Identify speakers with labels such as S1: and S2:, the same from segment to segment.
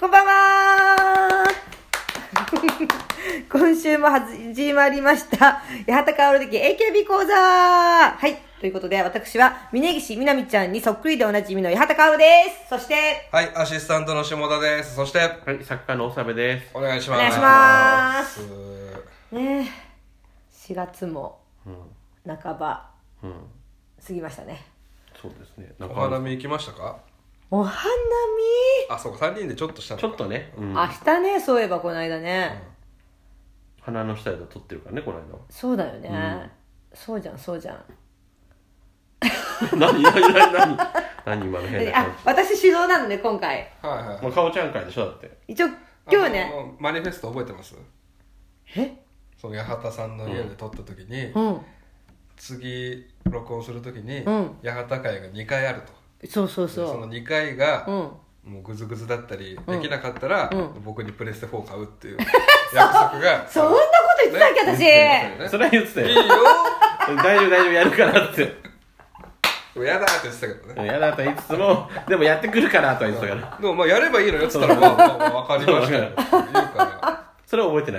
S1: こんばんは 今週も始まりました。八幡薫的 AKB 講座はい。ということで、私は、峯岸みなみちゃんにそっくりでおなじみの八幡薫です。そして、
S2: はい、アシスタントの下田です。そして、
S3: はい、作家のおさべです。
S2: お願いします。
S1: お願いしますね4月も
S3: うん、
S1: 半ば
S3: うん、
S1: 過ぎましたね。
S3: そうですね。
S2: お
S3: 中
S2: 花
S3: 村
S2: 見行きましたか
S1: お花
S2: あ、そうか、3人でちょっとしたの
S3: ちょっとね、うん
S1: 見、明日ね、そういえばこの間ね。
S3: 鼻の下で撮ってるからね、この
S1: そうだよね。
S3: ん
S1: そうじゃん、そうじゃん。
S3: 間。 何、何、何、何、何、今の変な感
S1: あ、私主導なのね、今回。
S2: はいはい
S3: じ。。まあ、かおちゃん会でしょ、だって。
S1: 一応、今日
S2: あ
S1: ね。
S2: の。マニフェスト覚えてます
S1: え
S2: その八幡さんの家で撮った時に、
S1: うん。
S2: 次、録音する時に、
S1: うん
S2: 八幡会が2回あると。
S1: そうそう
S2: でそ
S1: そ
S2: の2回が、
S1: う。うん。
S2: もうグズグズだったり、できなかったら、
S1: う
S2: 僕にプレステ4買うっていう約束が。
S1: そんなこと言ってたっけ、私。
S2: ね言って
S3: それは言ってた
S2: たよねい
S3: よ。
S2: いよ
S3: 大丈夫、大丈夫、やるからって。
S2: でもやだーって言ってたけどね。
S3: やだと言いつつも、でもやってくるからとは言ってたから。
S2: でもまあやればいいのよっ つったらまあまあまあわかりましたよって言うから
S3: それは覚えてな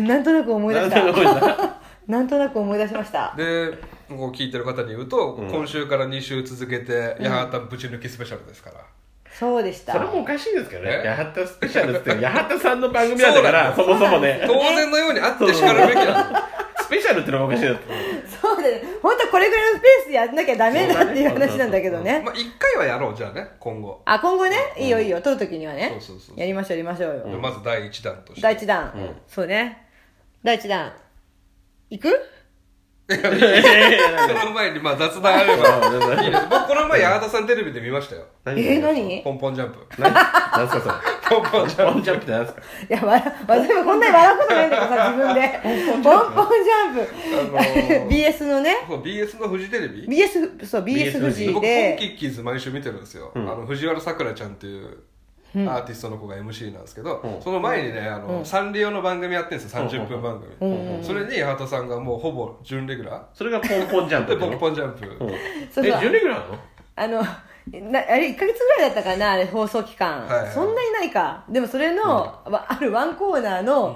S1: なんとなく思い出
S3: な
S1: し
S3: んで覚え
S1: た。
S3: てない。
S1: なんとなく思い出しました。
S2: でこう聞いてる方に言うと、今週から2週続けて八幡ぶち抜きスペシャルですから、
S1: そうでし
S3: それ
S1: た。
S3: もおかしいですけどね。
S2: え
S3: 八幡スペシャルって、八幡さんの番組なんだから、そもそもね。
S2: 当然のようにあってしかるべきなの
S3: スペシャルってのがおかしいだって。
S1: そうだね。本当これぐらいのスペースでやんなきゃダメだっていう話なんだけどね。
S2: まあ1回はやろうじゃあね今後、
S1: あ、今後ね、いいよいいよ、撮るときにはね
S2: そうそうそう。そう
S1: やりましょう、やりましょうよ。
S2: まず第1弾として
S1: 第一弾。そうね。第一弾。行く
S2: その前にまあ雑談 あればいいです僕この前八幡さんテレビで見ましたよ
S3: え
S1: えー、何い
S2: ポンポンジャンプ
S3: 何何すかそれ
S2: ポンポンジャン
S3: ポンジャンプって何ですか
S1: や、わ私もこんなに笑うことないんだけどさ、自分で。ポンポンジャンプ。
S2: あ のー
S1: BS のね。
S2: プそう BS のフジテレビ
S1: BS、そう、BS 富
S2: 僕
S1: 士
S2: ポンキ
S1: で。
S2: ッキーズ毎週見てるんですよ、あの藤原さくらちゃんっていうアーティストの子が MC なんですけど、
S3: うん
S2: その前にねあの、サンリオの番組やってるんですよ30分番組、それに八幡さんがもうほぼ準レギュラ
S3: それがポンポンジャ
S2: ー
S3: ンプ
S2: で
S3: って
S2: ポ
S3: こ
S2: ン
S3: と
S2: ポンジャンプ、
S3: うん
S1: そうそう
S3: え準レギュラーなの
S1: あの、なあれ、1ヶ月ぐらいだったかな、あれ、放送期間。
S2: はいはい
S1: そんなにないか。でも、それの、わあるワンコーナーの、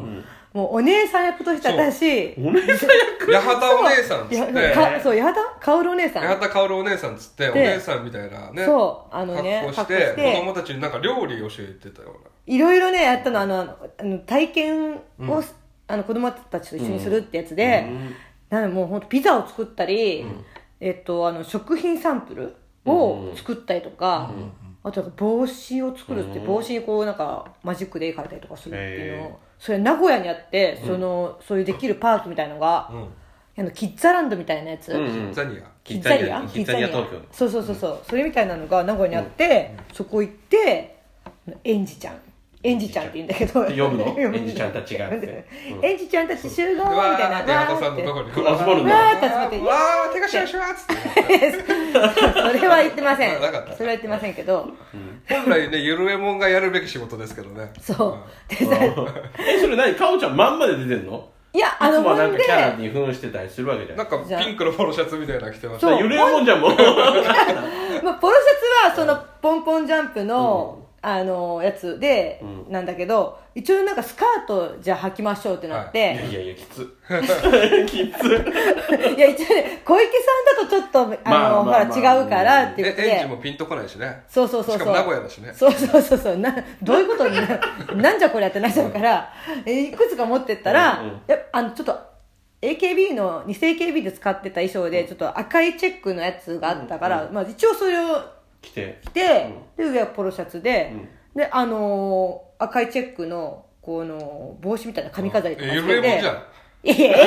S1: もう、お姉さん役として私、
S3: お 姉さん役
S2: 八幡お姉さんっつっ
S1: や
S2: て
S1: かそう、八幡薫お姉さ
S2: 八
S1: ん。
S2: 幡薫お姉さんっつってお姉さんみたいなね
S1: そう、あのね、
S2: 格好して
S1: 格好
S2: 子供たちになんか料理教えてたようない
S1: ろいろね、やったの、あの、あの体験を、あの、子供たちと一緒にするってやつで、なんでもう本当ピザを作ったり、えっと、あの、食品サンプルを作ったりとか、あとなんか帽子を作るって、帽子にこうなんかマジックで絵描いたりとかするっていうのを、
S3: へー
S1: それ名古屋にあって、その、そういうできるパークみたいのが、あの、キッザランドみたいなやつ。
S3: うん
S2: ザニア
S1: キッザリア
S3: キッザリア東京
S1: そうそうそうそう、それみたいなのが名古屋にあって、そこ行ってエンジちゃんエンジちゃんって言うんだけど
S3: って呼ぶ の
S1: 呼ぶ
S3: エンジちゃんたちがって
S1: エンジちゃんたち集合み
S2: でわ
S1: たい
S2: ー
S1: な
S2: って八幡さんのとこ
S1: わ
S2: に
S3: 集まるん
S1: ー
S3: だ
S1: って集まって
S2: わー手がシュワシュワっつって
S1: それは言ってません
S2: なかった
S1: それは言ってませんけど
S2: 本来ねゆるえもんがやるべき仕事ですけどね
S1: そうでさ
S3: えそれ何かおちゃんまんまで出てんの
S1: いや
S3: い
S1: あ
S3: つ
S1: の
S3: もな
S1: ほ
S3: ん
S1: ん
S3: か
S1: で
S3: キャラに扮してたりするわけじゃん
S2: なんかピンクのポロシャツみたいなの着てました
S1: そう
S3: 揺れるもんじゃんもう
S1: まあ、ポロシャツはそのポンポンジャンプの、あのやつでなんだけど、一応なんかスカートじゃあ履きましょうってなっ
S3: い
S1: て、
S3: やいやいやき つきつ
S1: いや、一応ね、小池さんだとちょっと、あの、ほ
S3: まあま
S1: ら、
S3: あまあ
S1: 違うからっていう
S2: え
S1: こと
S2: エンジ
S1: で
S2: ン。もピンとこないしね
S1: そうそうそうそう。
S2: しかも名古屋だしね
S1: そうそうそうそう。な、どういうことにな、 なんじゃこりゃってなっちゃうから、えいくつか持ってったら、
S3: うんうん
S1: やっぱあの、ちょっと、AKB の、偽 AKB で使ってた衣装で、ちょっと赤いチェックのやつがあったから、まあ一応それを
S3: 来て
S1: 着て、で、上はポロシャツで、で、あのー赤いチェックの、この、帽子みたいな髪飾りとか
S2: えゆ
S1: し
S2: る
S1: て
S2: えもん
S1: て
S2: じゃん
S1: いや、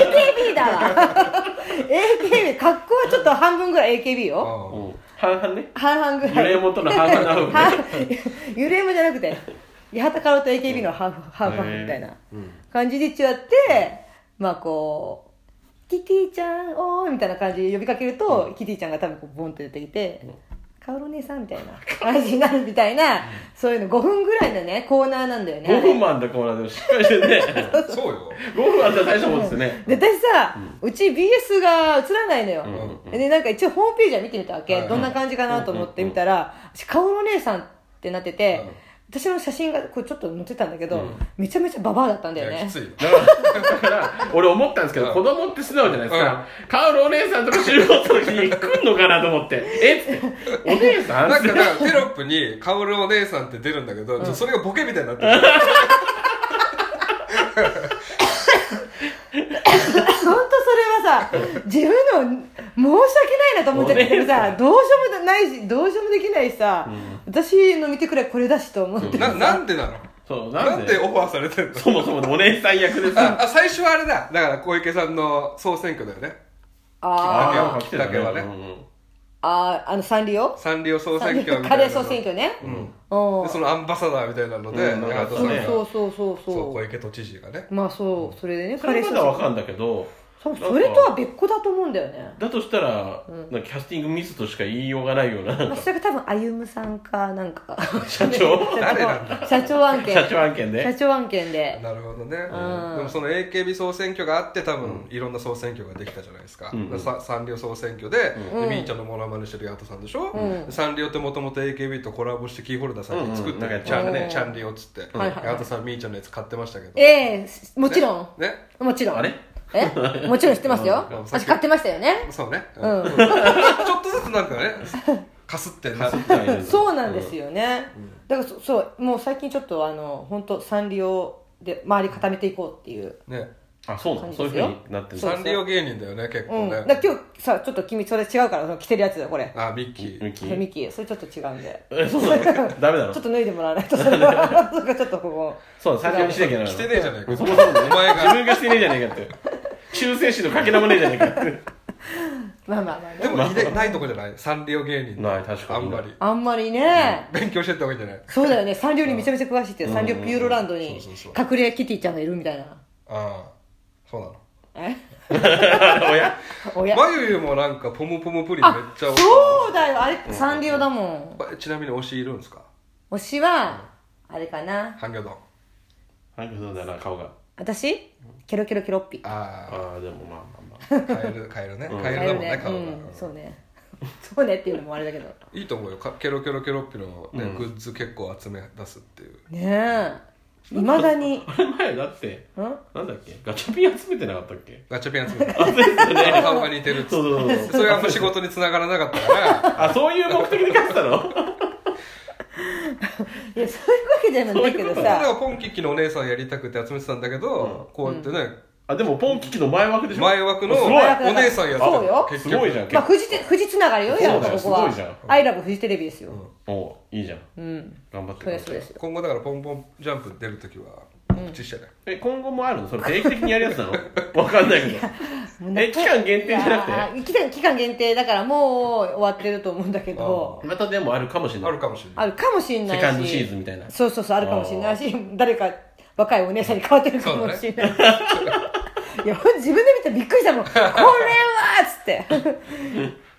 S1: AKB だわ。AKB、格好はちょっと半分ぐらい AKB よ。
S2: あ
S3: うん半々ね
S1: 半々ぐらい。
S3: 揺れもとのハーフなのね
S1: はい 揺れもじゃなくて、八幡からと AKB のハーフ、ハーフハーフみたいな感じで一応やって、まあこう、キティちゃん、おーみたいな感じで呼びかけると、キティちゃんが多分こうボンって出てきて、カオル姉さんみたいな感じになるみたいな、そういうの5分ぐらいのね、コーナーなんだよね。
S3: 5分マンとコーナーでもしっかりしてね
S2: そうよ
S3: 5分あったら大したもんですよね
S1: で私さ、うち BS が映らないのよ、でなんか一応ホームページは見てみたわけ、
S2: はい
S1: どんな感じかなと思って見たら、私顔のお姉さんってなってて、私の写真がこうちょっと載ってたんだけど、
S3: うん
S1: めちゃめちゃババアだったんだよ
S2: いや
S1: ね
S2: きついよ
S3: だから、俺思ったんですけ
S2: う
S3: ど、
S2: ん
S3: 子供って素直じゃないですか。カウルお姉さんとか集合する時に来んのかなと思って。えっつって。お姉さん
S2: なんかだ
S3: って
S2: からテロップに「カオルお姉さん」って出るんだけど、ちょそれがボケみたいになってる
S1: 本当それはさ自分でも申し訳ないなと思っちゃってるさどうしようもないしどうしようもできないしさ、私の見てくれこれだしと思って
S2: ななんでなの
S3: そう、
S2: な
S3: なんん
S2: で
S3: で
S2: オファーされてんの
S3: そもそもお姉さん役でさ。
S2: ああ最初はあれだだから小池さんの総選挙だよね
S1: あ
S2: ー
S1: ー
S3: なんか来てた
S2: きっかけはね
S3: うん
S1: あーあのサンリオ
S2: サンリオ総
S1: カ
S2: 選
S1: レ
S2: 挙みたいな
S1: ー総選挙ね
S2: うん
S1: うん
S2: でそのアンバサダーみたいなので、
S3: うん
S2: 長門さ
S1: そ
S2: ん
S1: う
S2: が
S1: そうそうそう
S2: そう
S1: そ
S2: 小
S1: う
S2: 池都知事がね
S1: まあそうそれでね
S3: それま
S1: 総
S3: ではわ
S1: 選
S3: かんだけど、
S1: そうそれとは別個だと思うんだよね
S3: だとしたら、なんかキャスティングミスとしか言いようがないような、
S1: まあそれが多分歩さんかなんか
S3: 社長
S2: 誰なん
S1: 社長案件
S3: 社長案件
S1: 社
S3: で。
S1: 長案件で
S2: なるほどね、
S1: ん
S2: でもその AKB 総選挙があって多分いろんな総選挙ができたじゃないですか、
S3: うんうん
S2: さサンリオ総選挙で,、
S1: うん
S2: でみーちゃんのモノマネしてるヤトさんでしょ、
S1: うん
S2: サンリオってもともと AKB とコラボしてキーホルダーさんに作った
S3: うんうんなんか
S2: チャン
S1: う
S2: ね
S1: ん
S2: チャンリオっつって
S1: はいはいはい
S2: ヤトさんみーちゃんのやつ買ってましたけど、
S1: ええもちろん
S2: ね
S1: もちろん
S3: あれ
S1: えもちろん知ってますよ
S2: うん
S1: 私買ってましたよね
S2: そうね、
S1: うん
S2: ちょっとずつなんかねかすってな る
S1: そうなんですよね、だからそそうもう最近ちょっとあの本当サンリオで周り固めていこうっていう、
S2: ね
S3: あ、そうなのそういうふうになってるん
S1: そう
S3: だ
S2: サンリオ芸人だよね結
S1: う
S2: 構
S1: ん、
S2: ね、
S1: だから今日さちょっと君それ違うからその着てるやつだよこれ
S2: あミッキー
S3: ミキ
S1: ミキそれちょっと違うんで
S3: え、そうなのダメだろ
S1: ちょっ。と脱いでもらわないとそれは そうかちょっとここ
S3: そう、最初にしなきゃならない。
S2: 着てねえじゃねえか
S3: そもそもね
S2: お前が
S3: 自分がしてねえじゃねえかって。忠誠心のかけらもねえじゃねえかって。
S1: まあまあまあ
S2: で
S1: ね
S2: もいでないとこじゃないサンリオ芸人
S3: ない確か
S2: あ
S3: に
S2: んまり
S1: あんまりね、
S2: 勉強してった方がいいんじゃない
S1: そうだよねサンリオにめちゃめちゃ詳しいって、サンリオピューロランド
S2: そ
S1: に
S2: うそうそう
S1: 隠れキティちゃんがいるみたいな
S2: ああそうなの
S1: え
S3: おや
S1: おや
S2: まゆゆもなんかポムポムプリンめっ
S1: あ
S2: ちゃ
S1: そ
S2: 多いう
S1: だよあれサンリオだもん
S2: ちなみに推しいるんですか
S1: 推しはあれかな
S2: ハンギョドン
S3: なんかそうだな、顔が。
S1: 私ケロケロケロッピ
S2: あ
S3: ああ、でもまあまあま
S2: あカエルカエルねカエルだもんね
S1: う
S2: 顔が
S1: んそうね そうねっていうのもあれだけど
S2: いいと思うよかケロケロケロッピのねグッズ結構集め出すっていう
S1: ねえいまだにん
S3: あ。あれ前、だって、なんだっけガチャピン集めてなかったっけ
S2: ガチャピン集めて
S3: あ、 そうですよね。
S2: 顔が似てるっつって
S3: そうそう そう。
S2: それがあんま仕事に繋がらなかった から
S3: あ、そういう目的で買ってたの
S1: いやそういうわけじゃないんだけど
S2: それ
S1: さ
S2: はポンキッキのお姉さんやりたくて集めてたんだけどこうやってね
S3: あ、でもポンキキの前枠でしょ
S2: 前枠の
S3: すごい。
S1: 前枠
S2: お姉さんやってた
S1: そうよ
S2: 結
S3: す
S2: 局
S3: ごいじゃん。
S1: まあ富士て富士つながりよや
S3: そう
S1: っぱ
S3: だよ
S1: ここ
S3: すごいじゃ
S1: は
S3: ん
S1: 「アイラブフジテレビ」ですよ
S3: おいいじゃん。
S1: うん
S3: 頑張って
S1: そうですそうですよ
S2: 今後だからポンポンジャンプ出るときは告知してね、
S3: え、今後もあるのそれ定期的にやるやつなの わかんないけど。え、期間限定じゃなく
S1: いや
S3: て
S1: ー期間期間限定だからもう終わってると思うんだけど
S3: またでもあるかもしれな
S2: あ
S3: い。
S2: るかもしれない
S1: あるかもしんないし
S3: セカンドシーズンみたいな
S1: そうそうそうあるかもしんないし誰か若いお姉さんに変わってるかもしんないし、 いや自分で見てびっくりしたもんこれはっつ って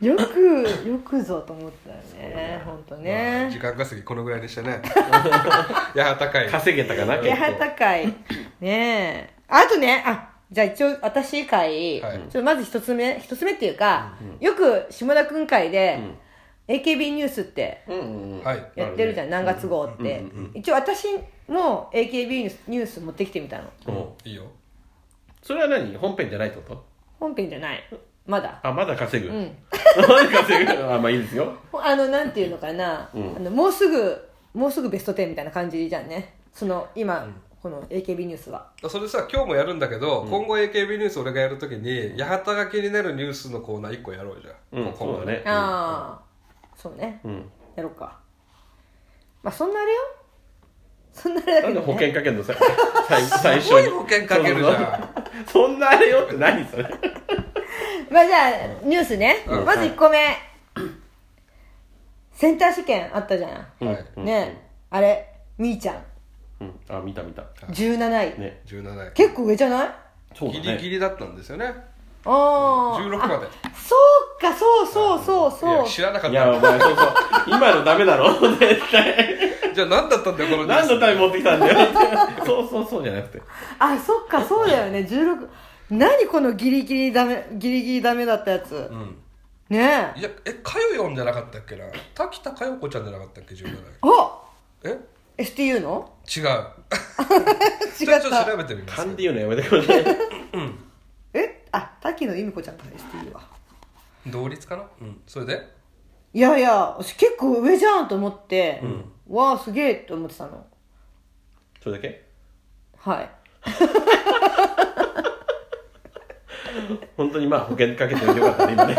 S1: よくよくぞと思ったよね本当
S2: まあ時
S1: ね
S2: 間稼ぎこのぐらいでし たねやは高い
S3: 稼げたかな結
S1: 八
S3: 構。
S1: 幡会ねえあとねあじゃあ一応私会、
S2: はい
S1: ちょっとまず一つ目一つ目っていうか、よく下田君会で、AKB ニュースって
S3: うんうんうん。
S2: はい
S1: やってるじゃん、何月号って、一応私も AKB ニュース持ってきてみたの
S3: うん
S2: いいよ
S3: それは何本編じゃないってこと
S1: 本編じゃないまだ
S3: あ、まだ稼ぐ。
S1: うん
S3: まだ稼ぐ。 あ、まあいいですよ。
S1: あのなんていうのかな、
S3: うん
S1: あのもうすぐもうすぐベスト10みたいな感じじゃんねその今、この AKB ニュースは
S2: それさ今日もやるんだけど、今後 AKB ニュース俺がやるときに八幡が気になるニュースのコーナー1個やろうじゃん、
S3: う
S2: 今
S3: ん、
S2: 後
S3: そうだね。
S1: ああ、そうね、
S3: うん。
S1: やろうかまあそんなあれよそんなあれだ
S3: な
S1: け
S3: んで
S1: ど、
S3: 保
S1: ね、
S3: 険かける のさ、最最初
S2: すごい
S3: に。
S2: 保険かけるじゃん
S3: ん。そんなあれよって何それ。
S1: まあじゃあニュースね、
S2: うん
S1: まず1個目、センター試験あったじゃん、
S3: うん
S2: はい
S3: うん
S1: ねあれみーちゃん
S3: うん。あ、見た見た。
S1: 17位、
S3: ね。
S2: 17位
S1: 結構上じゃない
S3: そうだ
S2: ギ
S3: ね。
S2: リギリだったんですよね
S1: ああ
S2: 16まで
S1: あそうかそうそうそう
S2: い
S1: そ
S2: や知らなかっ
S3: いや、お
S2: た
S3: 前、そうそう。今のダメ だろ絶対。
S2: じゃあ何だったんだよこのニュー
S3: 何
S2: ス
S3: のために持ってきたんだよって。そうそうそうじゃなくて。
S1: あそっかそうだよね16何このギリギリダメギリギリダメだったやつ、
S2: うん
S1: ねえ
S2: いやえかよよんじゃなかったっけな滝田佳代子ちゃんじゃなかったっけ17位
S1: あ
S2: え
S1: STU の
S2: 違う。
S1: 違
S2: ちょ
S1: っ
S2: っと調
S1: た。
S2: べてみます。
S3: 勘で言うのやめてください。
S1: えあ、滝野由美子ちゃんか、STU は。
S2: 同率かなうん。それで
S1: いやいや、私結構上じゃんと思って、わあ、すげえと思ってたの。
S3: それだけ
S1: はい。
S3: 本当にまあ保険かけてもよかった ね、今ね。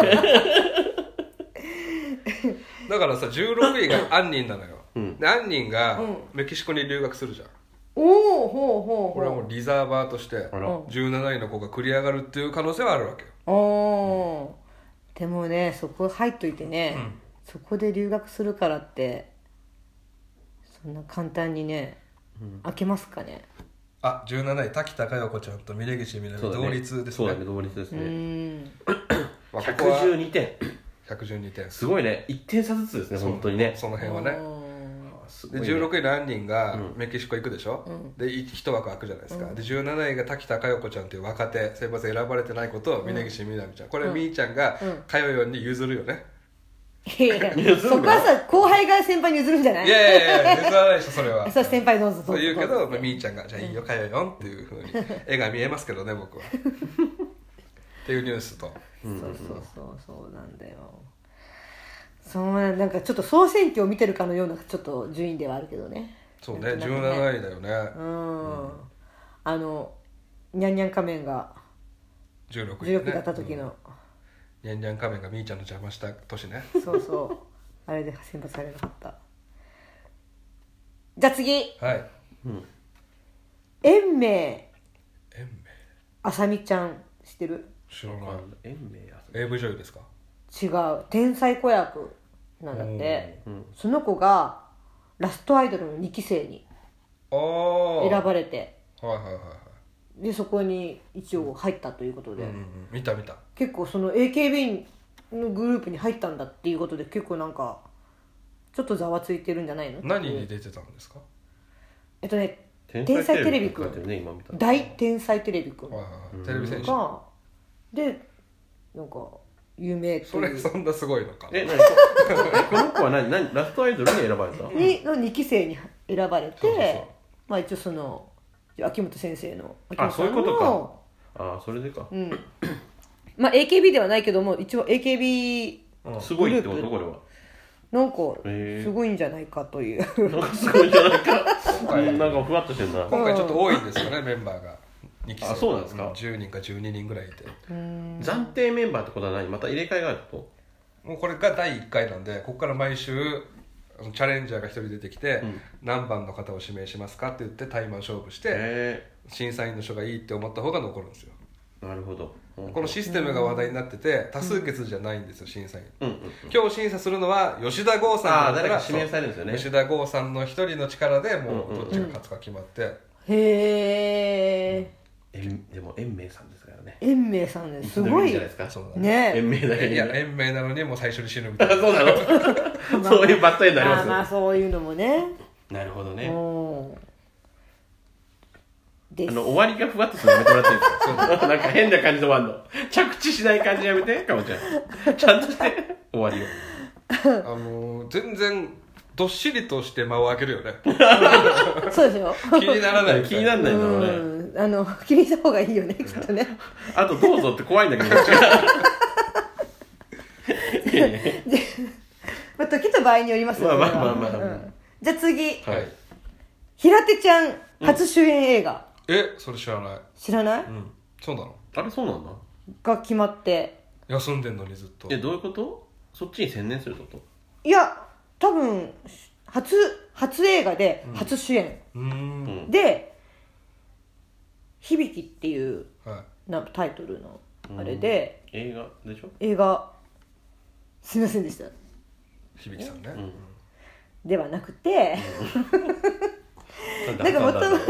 S2: だからさ、16位 が杏仁なのよ。で、杏仁がメキシコに留学するじゃん。
S1: おおほうほ
S2: これ
S1: う
S2: はもうリザーバーとして、
S3: あら
S2: 17位の子が繰り上がるっていう可能性はあるわけよ。
S1: ほう。おおー。でもね、そこ入っといてね、そこで留学するからって、そんな簡単にね、開けますかね。
S2: あ、17位、滝高代子ちゃんと峯岸みなみ
S3: そうだね
S2: 同率です
S3: そうだね、
S2: ね。
S3: 同率です
S1: う
S3: ね。
S1: ん。
S2: まあここは
S3: 112点。
S2: 112点。
S3: すごいね。1点差ずつですね、本当にね。
S2: その辺はね。
S3: すご
S2: で
S3: いね
S2: 16位の杏仁がメキシコ行くでしょ、でい一枠空くじゃないですか、で17位が滝高代子ちゃんっていう若手選抜選ばれてないことを峯岸みなみちゃんこれ、みーちゃんがかよよに譲るよね、
S1: いやいや
S3: 譲るの
S1: そこはさ、後輩が先輩に譲るんじゃない
S2: いやいやいや譲らないでしょ それは
S1: そう先輩どうぞどうぞ
S2: そう言う
S1: ど
S2: けど、
S1: うぞ
S2: まあ、みーちゃんが「じゃあいいよかよよん」っていうふうに絵が見えますけどね僕は っていうニュースと
S1: そうそうそうそうなんだよそうなんなんかちょっと総選挙を見てるかのようなちょっと順位ではあるけどね
S2: そうね
S1: なんとなく
S2: 17位だよね
S1: うん、あのにゃんにゃん仮面が
S2: 16位
S1: 重力
S2: ね
S1: だった時の、
S2: にゃんにゃん仮面がみーちゃんの邪魔した年ね
S1: そうそう あれで選抜されなかったじゃあ次
S2: はい
S1: 延命
S2: 延命
S1: あさみちゃん知ってる
S2: 知らない
S3: 延命や
S2: AV 女優ですか
S1: 違う天才子役なんだって、その子がラストアイドルの2期生に
S2: ああ
S1: 選ばれて
S2: はいはいはいはい
S1: でそこに一応入ったということで、
S2: うんうん見た見た
S1: 結構その AKB のグループに入ったんだっていうことで結構なんかちょっとざわついてるんじゃないの
S2: 何に出てたんですか
S1: えっとね
S3: 天
S1: 天才
S3: 才
S1: テ
S3: テ
S1: レ
S3: レ
S1: ビ
S3: ビ
S1: く
S3: くん。
S1: ん
S3: ね、今見たら
S1: 大天才テレビくん
S2: はいはいはいテレビ選手
S1: がでなんか有名と
S2: そ
S1: い
S2: れ
S1: う
S2: そんなすごいのか
S3: え、なにここの子は何何ラストアイドルに選ばれた
S1: にの2期生に選ばれて
S2: そうそうそう
S1: まあ一応その秋元先生の秋
S3: あ
S1: 元さ
S3: そういうんこと
S1: の
S3: かああ、それでか。
S1: うんまあ AKB ではないけども一応 AKB
S2: うん
S3: すごいってこ
S1: グル
S3: と
S1: ー
S3: これは。
S1: なんか
S3: へー
S1: すごいんじゃないかという
S3: なんかすごいんじゃないか。
S2: 今
S3: う
S2: 回
S3: んなんかふわっとしてんな。
S2: 今回ちょっと多いんですよねメンバーが2期生
S3: あそうなんですか
S2: 10人か12人ぐらいいて
S3: 暫定メンバーってことは何また入れ替えがあるってこ
S2: もうこれが第1回なんでここから毎週あのチャレンジャーが1人出てきて、何番の方を指名しますかって言ってタイマン勝負して、
S3: とへ
S2: 審査員の人がいいって思った方が残るんですよ
S3: え。なるほど。うん
S2: このシステムが話題になってて多数決じゃないんですよ審査員、
S3: うんうん。
S2: 今日審査するのは吉田剛さん
S3: あー
S2: だった
S3: 誰か指名されるんですよね
S2: 吉田剛さんの一人の力でもうどっちが勝つか決まって、
S1: へえ
S3: えんでも延命さんですからね。
S1: 延命さんですすご
S3: ん
S1: い
S3: じゃないですか。
S2: そうだね
S1: ね
S3: 延命だけ
S2: い
S3: に
S2: や
S3: ね。
S2: 延命なのにもう最初に死ぬみた
S3: あ
S2: いな
S3: そうなのそういうバッドエンドあり
S1: ま
S3: ま
S1: あ
S3: す
S1: まあそういうのもね
S3: なるほど
S1: う
S3: ね。
S1: んで
S3: あ
S1: す
S3: の、終わりがふわっとするのやめてもらっていいですかなんか変な感じで終わんの。着地しない感じやめて、かもちゃん。ちゃんとして、終わり
S2: あ
S3: を。
S2: のー全然どっしりとして間を空ける よね
S1: そうですよ
S2: 気にならないみ
S3: 気
S2: たい
S3: になんないんだろうね。
S1: うんあの気にした方がいいよねきっとね
S3: あと、どうぞって怖いんだけど、こっち がいやいやい
S1: まあ時と場合によりますよ
S3: まあ
S1: それは
S3: まあまあまあ
S1: うんじゃあ次
S3: やはい。
S1: 平手ちゃん初主演映画
S2: えそれ知らない
S1: 知らない
S2: うんそうなの
S3: あれ、そうなんだ。
S1: が決まって
S2: 休んでんのにずっと
S3: え、どういうことそっちに専念するってこと
S1: いや多分初初映画で初主演
S2: うーん
S1: で「響」っていう
S2: はい
S1: なタイトルのあれで
S3: 映画でしょ
S1: 映画すいませんでした
S2: 響さんね、
S1: ではなくて
S3: な
S1: なんかもと
S3: だろ
S1: も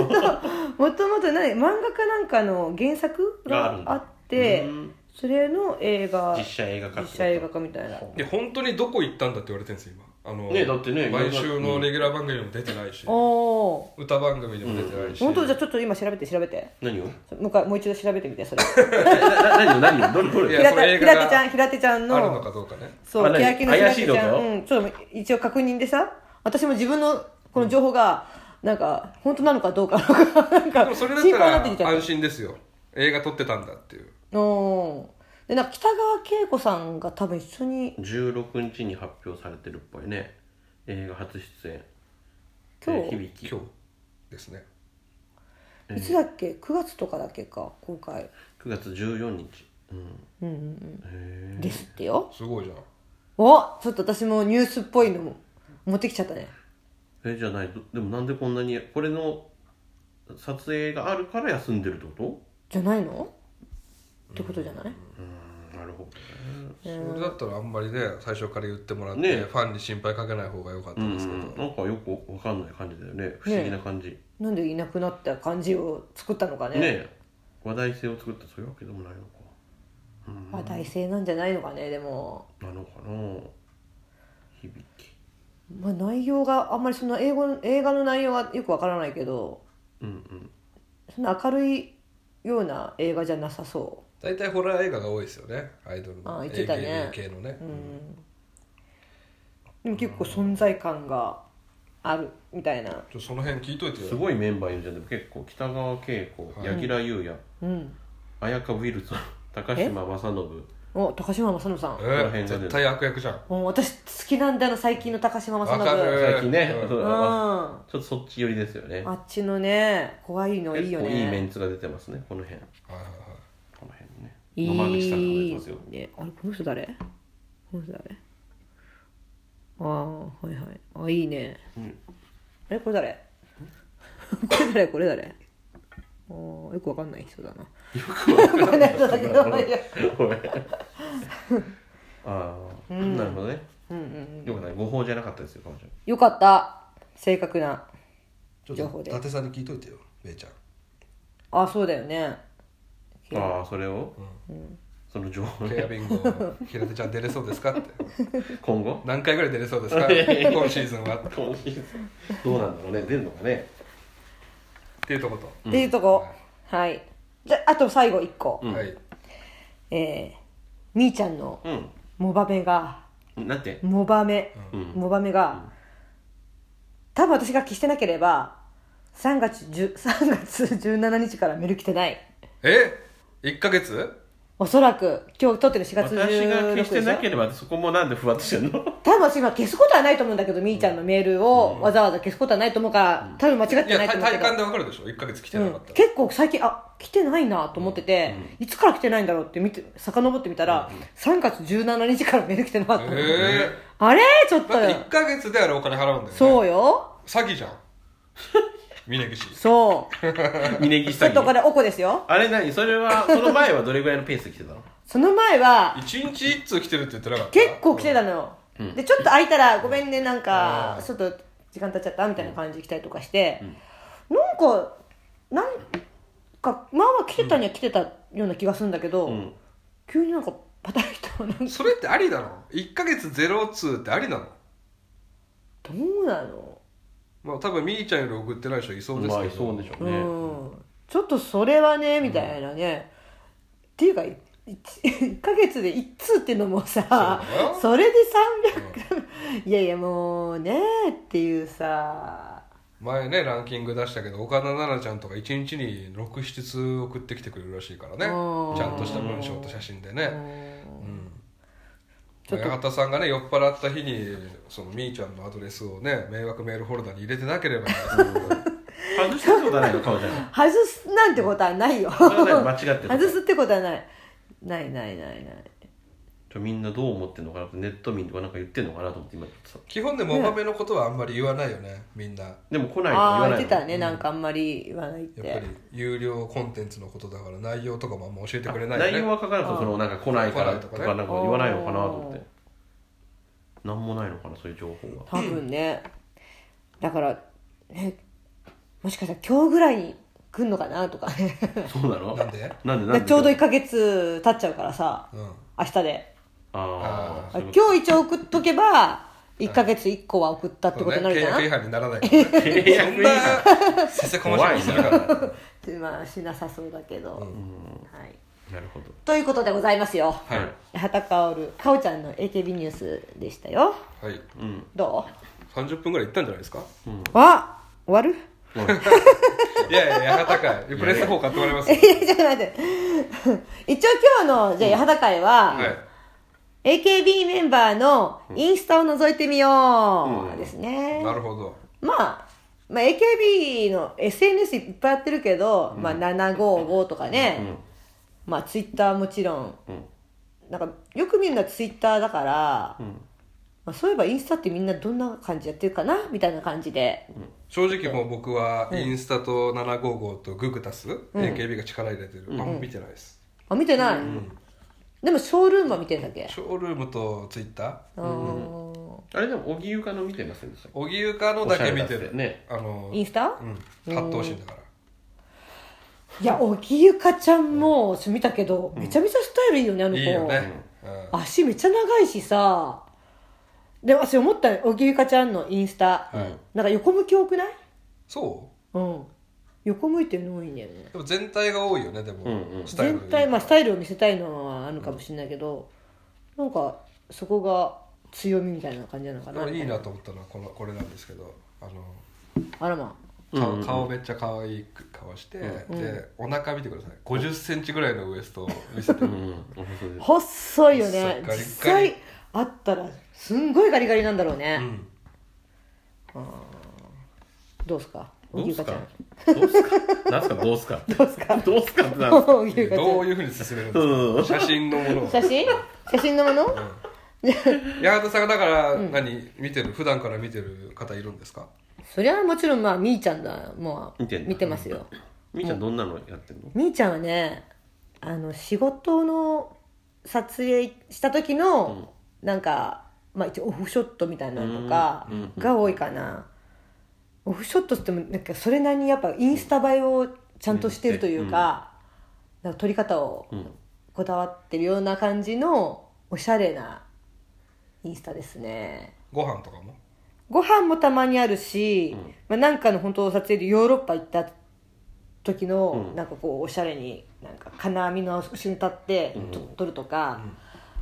S1: と もともと何漫画かなんかの原作
S3: がある
S1: が
S3: んだ
S1: あって
S3: うん
S1: それの映画
S3: 実写映画化
S1: 実写映画化みたいな
S2: で本当にどこ行ったんだって言われてるんですよ今あの
S3: ねだってね
S2: 毎週のレギュラー番組にも出てないし、
S1: おお
S2: 歌番組にも出てないし、
S1: 本当じゃあちょっと今調べて調べて
S3: 何を
S1: もう一回もう一度調べてみてそれ
S3: えなな何を何をどれど
S2: い
S3: れ
S1: 平
S2: やその
S1: 手
S2: 映画が
S1: 平手ちゃん平手ちゃん
S2: あるの
S1: の
S2: かどうかね
S1: そ
S3: あ
S1: う
S3: 何
S1: 欅の平手ちゃ
S3: 怪しい
S1: ん
S3: の
S1: うんちょっと一応確認でさ私も自分のこの情報がなんか本当なのかどうかとかなん
S2: で
S1: か
S2: もそれだっ
S1: 心配になってきち
S2: たら
S1: ゃっ
S2: 安心ですよ映画撮ってたんだっていう
S1: たうんでなんか北川景子さんが多分一緒に
S3: 16日に発表されてるっぽいね映画初出演
S1: 今日
S3: えー響き
S2: 今日ですね
S1: いつだっけ9月とかだっけか公開
S3: 9月14日うん
S1: うんうん
S3: へ
S1: うんですってよ
S2: すごいじゃん
S1: おちょっと私もニュースっぽいのも持ってきちゃったね
S3: ええじゃないどでもなんでこんなにこれの撮影があるから休んでるってこ
S1: じゃないのってことじゃない
S3: とうんなるほ
S2: それだったらあんまりね最初から言ってもらって、
S3: ね
S2: ファンに心配かけない方が良かった
S3: どね
S2: ですけど、
S3: うんなんかよくわかんない感じだよね不思議な感じ
S1: なんでいなくなった感じを作ったのかね
S3: ね話題性を作ったそういうわけでもないのか
S1: 話題性なんじゃないのかねでも、
S3: なのかな響き
S1: まあ、内容があんまりその英語の映画の内容はよくわからないけど
S3: うんうん
S1: そんな明るいような映画じゃなさそ
S2: 大体ホラー映画が多いですよねアイドル
S1: あ
S2: の
S1: 言ってたね
S2: AKB 系のね、
S1: う、うん、でも結構存在感があるみたいな
S2: ちょその辺聞いといてよ
S3: すごいメンバーいるじゃんでも結構北川景子
S2: はい
S3: 柳楽優弥
S1: うん
S3: 綾香ウィルソン高
S1: え
S3: 島正信
S1: お高島正信さん
S2: え
S3: ら
S2: ー、
S3: 辺が出る
S2: 絶対悪役じゃん
S1: もう私好きなんだよな最近の高島正信
S2: わかる
S3: 最近ね、
S2: うん
S3: そう
S1: うん
S3: あ
S1: あ
S3: ちょっとそっち寄りですよね
S1: っちのね怖いのいいよ
S3: 結構いいメ
S1: ね
S3: ンツが出てますねこの辺こ
S2: はいはいはい
S3: の辺ね
S1: い
S3: 野間口さんとか出てますよ
S1: いねあれこの人誰この人誰ああはいはいあいいね、
S3: うん
S1: あれこれ誰これ誰これ誰あーよくわかんない人だなよくわかんない人だけどいや
S3: ごめんああ、なるほどね
S1: うんうんうん
S3: よくない誤報じゃなかったですよ彼女
S1: よかった正確な
S2: ちょっ
S1: 情報
S2: と
S1: で
S2: 伊達さんに聞いといてよめいちゃん
S1: あそうだよね
S3: ああそれを、その情報
S2: ケアビ
S3: ね
S2: ンゴ平手ちゃん出れそうですか って
S3: 今後
S2: 何回ぐらい出れそうです か
S3: いやいや
S2: 今シーズンはっ
S3: 今シーズンどうなんだろうね出るのかね
S2: ていうとこと、
S1: っていうとこ、はいじゃああと最後一個、
S3: ん
S2: はい
S1: えー、みーちゃんの
S3: う
S1: モバメが
S3: んなんて
S1: モバメ、
S3: うん
S1: モバメが、多分私が消してなければ3月 ,10 3月17日からメール来てない
S2: え1か月
S1: おそらく今日撮ってる4月
S3: 私が
S1: 16
S3: 消
S1: 日
S3: してな
S1: で
S3: け
S1: しょ
S3: ればそこもなんでふわっとして んの
S1: 多分私今消すことはないと思うんだけどみーちゃんのメールをわざわざ消すことはないと思うから、多分間違っ
S2: い
S1: てな
S2: や
S1: いと
S2: 体
S1: 思うけ
S2: 体
S1: ど
S2: 感でわかるでしょ1か月来て
S1: う
S2: なんかったら、
S1: 結構最近あ来てないなと思ってて、いつから来てないんだろうって見て遡ってみたら、3月17日からメール来てなかったの、
S2: え
S1: あれちょっ
S2: ー、
S1: と
S2: だって1か月であれお金払うんだよね
S1: そうよ
S2: 詐欺じゃん峯岸
S1: そう
S3: 峯岸
S1: ちょ
S3: さん
S1: っとこれおこですよ
S3: あれ何それはその前はどれぐらいのペースで来てたの
S1: その前は
S2: 1日1通来てるって言ってなかった
S1: 結構来てたのよ、でちょっと空いたら「ごめんねなんか
S2: うん
S1: ちょっと時間経っちゃった」みたいな感じで来たりとかして、なんかなんかまあまあ来てたには来てたような気がするんだけど、
S3: うん
S1: 急になんかパタリとなんか
S2: それってありなの1か月ゼロ通ってありなの
S1: どうなの
S2: まあ多分みーちゃんより送ってない人いそうです
S3: まあ
S2: け
S3: い
S2: ど、
S3: そうでしょう
S1: う
S3: ね、
S1: んちょっとそれはねみたいなね、っていうかいいち1ヶ月で1通っていうのもさ
S2: そうだよ
S1: それで300、いやいやもうねっていうさ
S2: 前ねランキング出したけど岡田奈々ちゃんとか1日に67通送ってきてくれるらしいからね
S1: うん
S2: ちゃんとした文章と写真で
S1: う
S2: ね
S1: ん
S2: うん
S1: ちょっと
S2: 八幡さんがね酔っ払った日にそのみーちゃんのアドレスをね迷惑メールフォルダに入れてなければいいんですけど
S3: 外したことはないのかもしれない
S1: 外すなんてことはないよ
S3: それはね間違ってる
S1: 外すってことはないないないないない
S3: ちょみんなどう思ってんのかなってネット民とかなんか言ってんのかなと思って今さ
S2: 基本でモバメのことはあんまり言わないよねみんなや
S3: でも来ないの
S1: ああ
S3: 言
S1: 言
S3: わ
S1: っ
S3: ない
S1: て
S3: の
S1: たね、なんかあんまり言わないっ
S2: っぱ
S1: て
S2: り有料コンテンツのことだから内容とかもあんま教えてくれないよね
S3: 内容は書かなくてそのなんか来ないからとか
S2: 来ないと
S3: な
S2: かね
S3: んか言わないのかなと思ってなんもないのかなそういう情報が
S1: 多分ねだからねもしかしたら今日ぐらいに来んのかなとかね
S3: そうなの
S2: なんで
S3: なん
S1: だ
S3: でなん
S1: から
S3: で
S1: ちょうど1ヶ月経っちゃうからさ
S2: うん
S1: 明日で
S3: ああそういうこと
S1: 今日一応送っとけば1ヶ月1個は送ったってことになる
S2: 契
S1: じゃ
S2: 約違
S1: ん、
S2: 反にならないからね
S3: 契約違反
S2: そんなせせこましいことするからね
S1: まあしなさそうだけど、はい
S3: なるほど
S1: ということでございますよ
S2: はい
S3: はい
S1: 畑薫かおちゃんの AKB ニュースでしたよ
S2: はい
S3: うん
S1: ど
S2: 30分ぐらい行ったんじゃないですか
S1: あ終わ る
S2: いやいや八幡会プレス4買ってもらいます
S1: え
S2: よ
S1: いやちょっと待って一応今日のじゃあ八幡会は、
S2: はい
S1: AKB メンバーのインスタを覗いてみよう、
S3: うん
S1: ですね、
S2: なるほど
S1: まあ、まあ AKB の SNS いっぱいやってるけど、まあ、755とかね、まあツイッターもちろん
S3: うん
S1: なんかよく見るのはツイッターだから、
S3: ん
S1: まあ、そういえばインスタってみんなどんな感じやってるかなみたいな感じで、
S2: 正直もう僕はインスタと755とググタス、AKB が力入れてる、あ見てないです
S1: あ見てない、でもショールームは見てんだっけ
S2: ショールームとツイッター
S1: あー
S3: あれでも荻生かの見てませんでした
S2: 荻生かのだけ見て
S3: おしゃれだっ
S2: る
S3: てね
S2: あの
S1: インスタ、
S2: うん八頭身だから
S1: いや荻ゆかちゃんも見たけど、めちゃめちゃスタイルいいよねあの子
S2: いいよね、うん
S1: 足めっちゃ長いしさでも私思ったよ荻ゆかちゃんのインスタ、
S3: はい
S1: なんか横向き多くない
S2: そ
S1: うん横向いてるの多いんだよね
S2: うでも全体が多いよねでも、
S3: うんうん
S2: スタイル
S1: 全体まあスタイルを見せたいのはあるかもしれないけど、なんかそこが強みみたいな感じなのか
S2: で
S1: な
S2: もいいなと思ったのはこのこれなんですけどあの
S1: あらま
S2: 顔,、顔めっちゃ可愛い顔して、でお腹見てください5 0ンチぐらいのウエストを見 せて
S3: うんうんおそうです
S1: 細いよね
S2: 細いガリガ
S1: 実
S2: リ
S1: 際あったらすんごいガリガリなんだろうね、
S2: ん
S1: どうすか
S3: ど
S1: 荻
S3: う
S1: ゆ
S3: す
S1: かちゃ
S3: か
S1: ん
S3: どうすかなんすかど
S1: ど
S3: うすか
S1: うすか
S3: どうすかってなんですか
S1: 荻ゆかちゃ
S2: どうんいうふうに進めるん
S3: う
S2: で
S3: んうん
S2: すか写真のものを
S1: 写真写真のもの、
S2: 八幡さんがだから何見てる普段から見てる方いるんですか
S1: そりゃもちろんまあみーちゃんだもう
S3: 見てんだ
S1: 見てますよ
S3: みーちゃんどんなのやってんの
S1: みーちゃんはねあの仕事の撮影した時の、なんか、まあ、一応オフショットみたいなのとか
S3: うんうん
S1: が多いかな、オフショットってもなんかそれなりにやっぱインスタ映えをちゃんとしてるというか,、なんか撮り方を
S3: ん
S1: こだわってるような感じのおしゃれなインスタですね
S2: ご飯とかも
S1: ご飯もたまにあるし、まあ、なんかの本当撮影でヨーロッパ行った時の、
S3: うん
S1: なんかこうおしゃれになんか金網の後ろに立ってと撮るとか、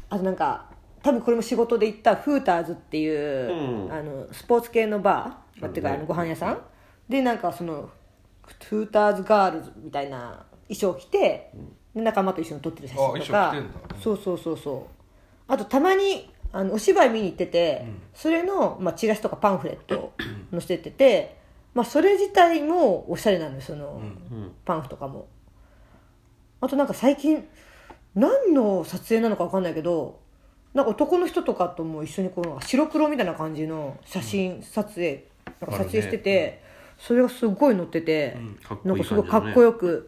S1: あとなんか多分これも仕事で行ったフーターズっていう、
S3: うん
S1: あのスポーツ系のバー、
S3: うん
S1: っていうかあのご飯屋さん、でなんかそのフーターズガールズみたいな衣装を着て、で仲間と一緒に撮ってる写真と
S2: あ
S1: か
S2: 衣装着てんだうん
S1: そうそうそうそうあとたまにあのお芝居見に行ってて、それの、まあ、チラシとかパンフレットを載せてて、まあ、それ自体もおしゃれなのよその、パンフとかもあとなんか最近何の撮影なのか分かんないけどなんか男の人とかとも一緒にこの白黒みたいな感じの写真撮影、なんか撮影してて、それがすごい載ってて、
S3: かっこ
S1: なん
S3: い
S1: か
S3: い
S1: すご
S3: 感じ
S1: い
S3: だ
S1: か
S3: ね
S1: っこよく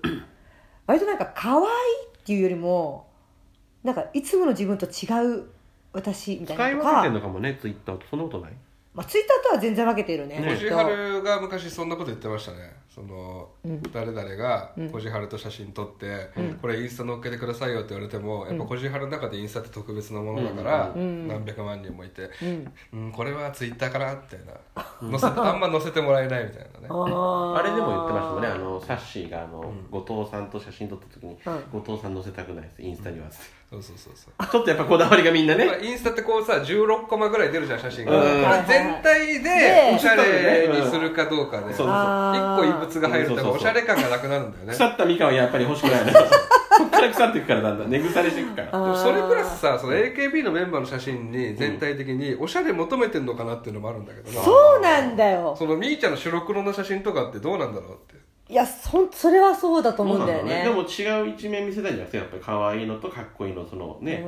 S1: 割となんか可愛いっていうよりもなんかいつもの自分と違う私みたい
S3: 使
S1: ないのと
S3: 分けて
S1: か
S3: んのかもねツイッターとそんなことない
S1: まあ、ツイッターとは全然分けているね
S2: こじ
S1: と
S2: はるが昔そんなこと言ってましたねその、誰々がこじはると写真撮って、これインスタ乗っけてくださいよって言われても、やっぱこじはるの中でインスタって特別なものだから、何百万人もいて、うんこれはツイッターかなみたいな載せあんま載せてもらえないみたいな ね
S1: あ
S3: あれでも言ってましたもんねあのサッシーがあの、後藤さんと写真撮った時に、後藤さん載せたくないですインスタには、
S2: そうそうそうそう
S3: ちょっとやっぱこだわりがみんな
S2: だか
S3: ね
S2: らインスタってこうさ16コマぐらい出るじゃん写真が、
S3: うん
S2: これ全体
S1: で
S2: でおしゃれにするかどうかで、一
S3: そうそう
S1: あー
S2: 個異物が入る
S3: そうそう
S2: と
S3: そう
S2: おしゃれ感がなくなるんだよね
S3: 腐ったみかんはやっぱり欲しく ないのそっから腐っていくからだんだん根腐れしていくから
S2: でもそれプラスさその AKB のメンバーの写真に全体的におしゃれ求めてんのかなっていうのもあるんだけどな
S1: そうなんだよ
S2: そのみーちゃんの白黒の写真とかってどうなんだろうっ
S1: い
S2: て
S1: やそんそれはそうだと思う
S3: そ
S1: ん
S3: うな
S1: だ
S3: の
S1: よね
S3: でも違う一面見せたいんじゃなくてやっぱり可愛いのとかっこいいのそのね、